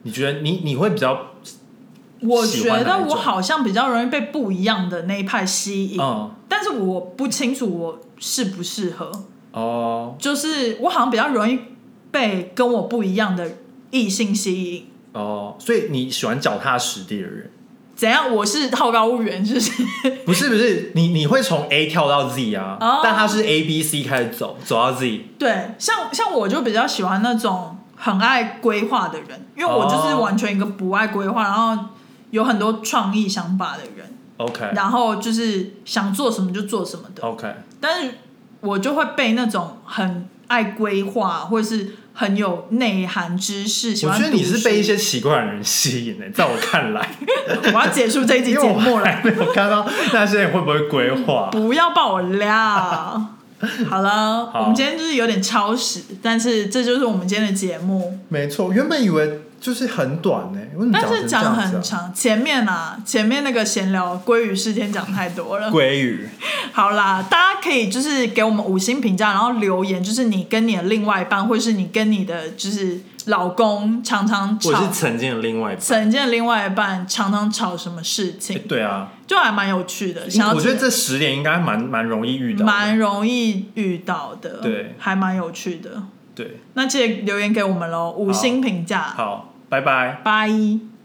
Speaker 1: 你觉得你你会比较
Speaker 2: 我
Speaker 1: 喜
Speaker 2: 觉
Speaker 1: 欢哪
Speaker 2: 得
Speaker 1: 一
Speaker 2: 我
Speaker 1: 种
Speaker 2: 好像比较容易被不一样的那一派吸引，
Speaker 1: 嗯
Speaker 2: 但是我不清楚我适不适合。
Speaker 1: 哦
Speaker 2: 就是我好像比较容易被跟我不一样的异性吸引。
Speaker 1: 哦，所以你喜欢脚踏实地的人，
Speaker 2: 怎样？我是好高骛远，是不是？
Speaker 1: 不是不是你你会从 A 跳到 Z 啊，
Speaker 2: 哦
Speaker 1: 但他是 A B C 开始走走到 Z，
Speaker 2: 对，像像我就比较喜欢那种很爱规划的人，因为我就是
Speaker 1: 哦
Speaker 2: 完全一个不爱规划，然后有很多创意想法的人，
Speaker 1: OK
Speaker 2: 然后就是想做什么就做什么的。
Speaker 1: OK，
Speaker 2: 但是我就会被那种很爱规划或者是很有内涵知识，喜
Speaker 1: 我
Speaker 2: 欢
Speaker 1: 觉得你
Speaker 2: 读
Speaker 1: 是被一
Speaker 2: 书
Speaker 1: 些奇怪的人吸引的、欸在我看来，
Speaker 2: 我要结束 这一集
Speaker 1: 因为
Speaker 2: 节
Speaker 1: 我
Speaker 2: 目了
Speaker 1: 还。没有看到那些人会不会规划。
Speaker 2: 不要爆我料。好了，
Speaker 1: 好
Speaker 2: 我们今天就是有点超时，但是这就是我们今天的节目。
Speaker 1: 没错，原本以为就是很短呢、为什么嗯
Speaker 2: 但
Speaker 1: 讲
Speaker 2: 是
Speaker 1: 成这
Speaker 2: 讲
Speaker 1: 样
Speaker 2: 很
Speaker 1: 子、啊？
Speaker 2: 长，前面啊，前面那个闲聊鲑鱼事件讲太多了。
Speaker 1: 鲑鱼，
Speaker 2: 好啦，大家可以就是给我们五星评价，然后留言，就是你跟你的另外一半，或是你跟你的就是老公常常
Speaker 1: 我
Speaker 2: 吵
Speaker 1: 是，曾经的另外一半。
Speaker 2: 曾经的另外一半常常吵什么事情，
Speaker 1: 对啊，
Speaker 2: 就还蛮有趣的。想要
Speaker 1: 我觉得这十点应该蛮蛮容易遇到的，
Speaker 2: 蛮容易遇到的，
Speaker 1: 对
Speaker 2: 还蛮有趣的。
Speaker 1: 对。
Speaker 2: 那记得留言给我们喽，五星评价，
Speaker 1: 好，拜拜。
Speaker 2: 拜。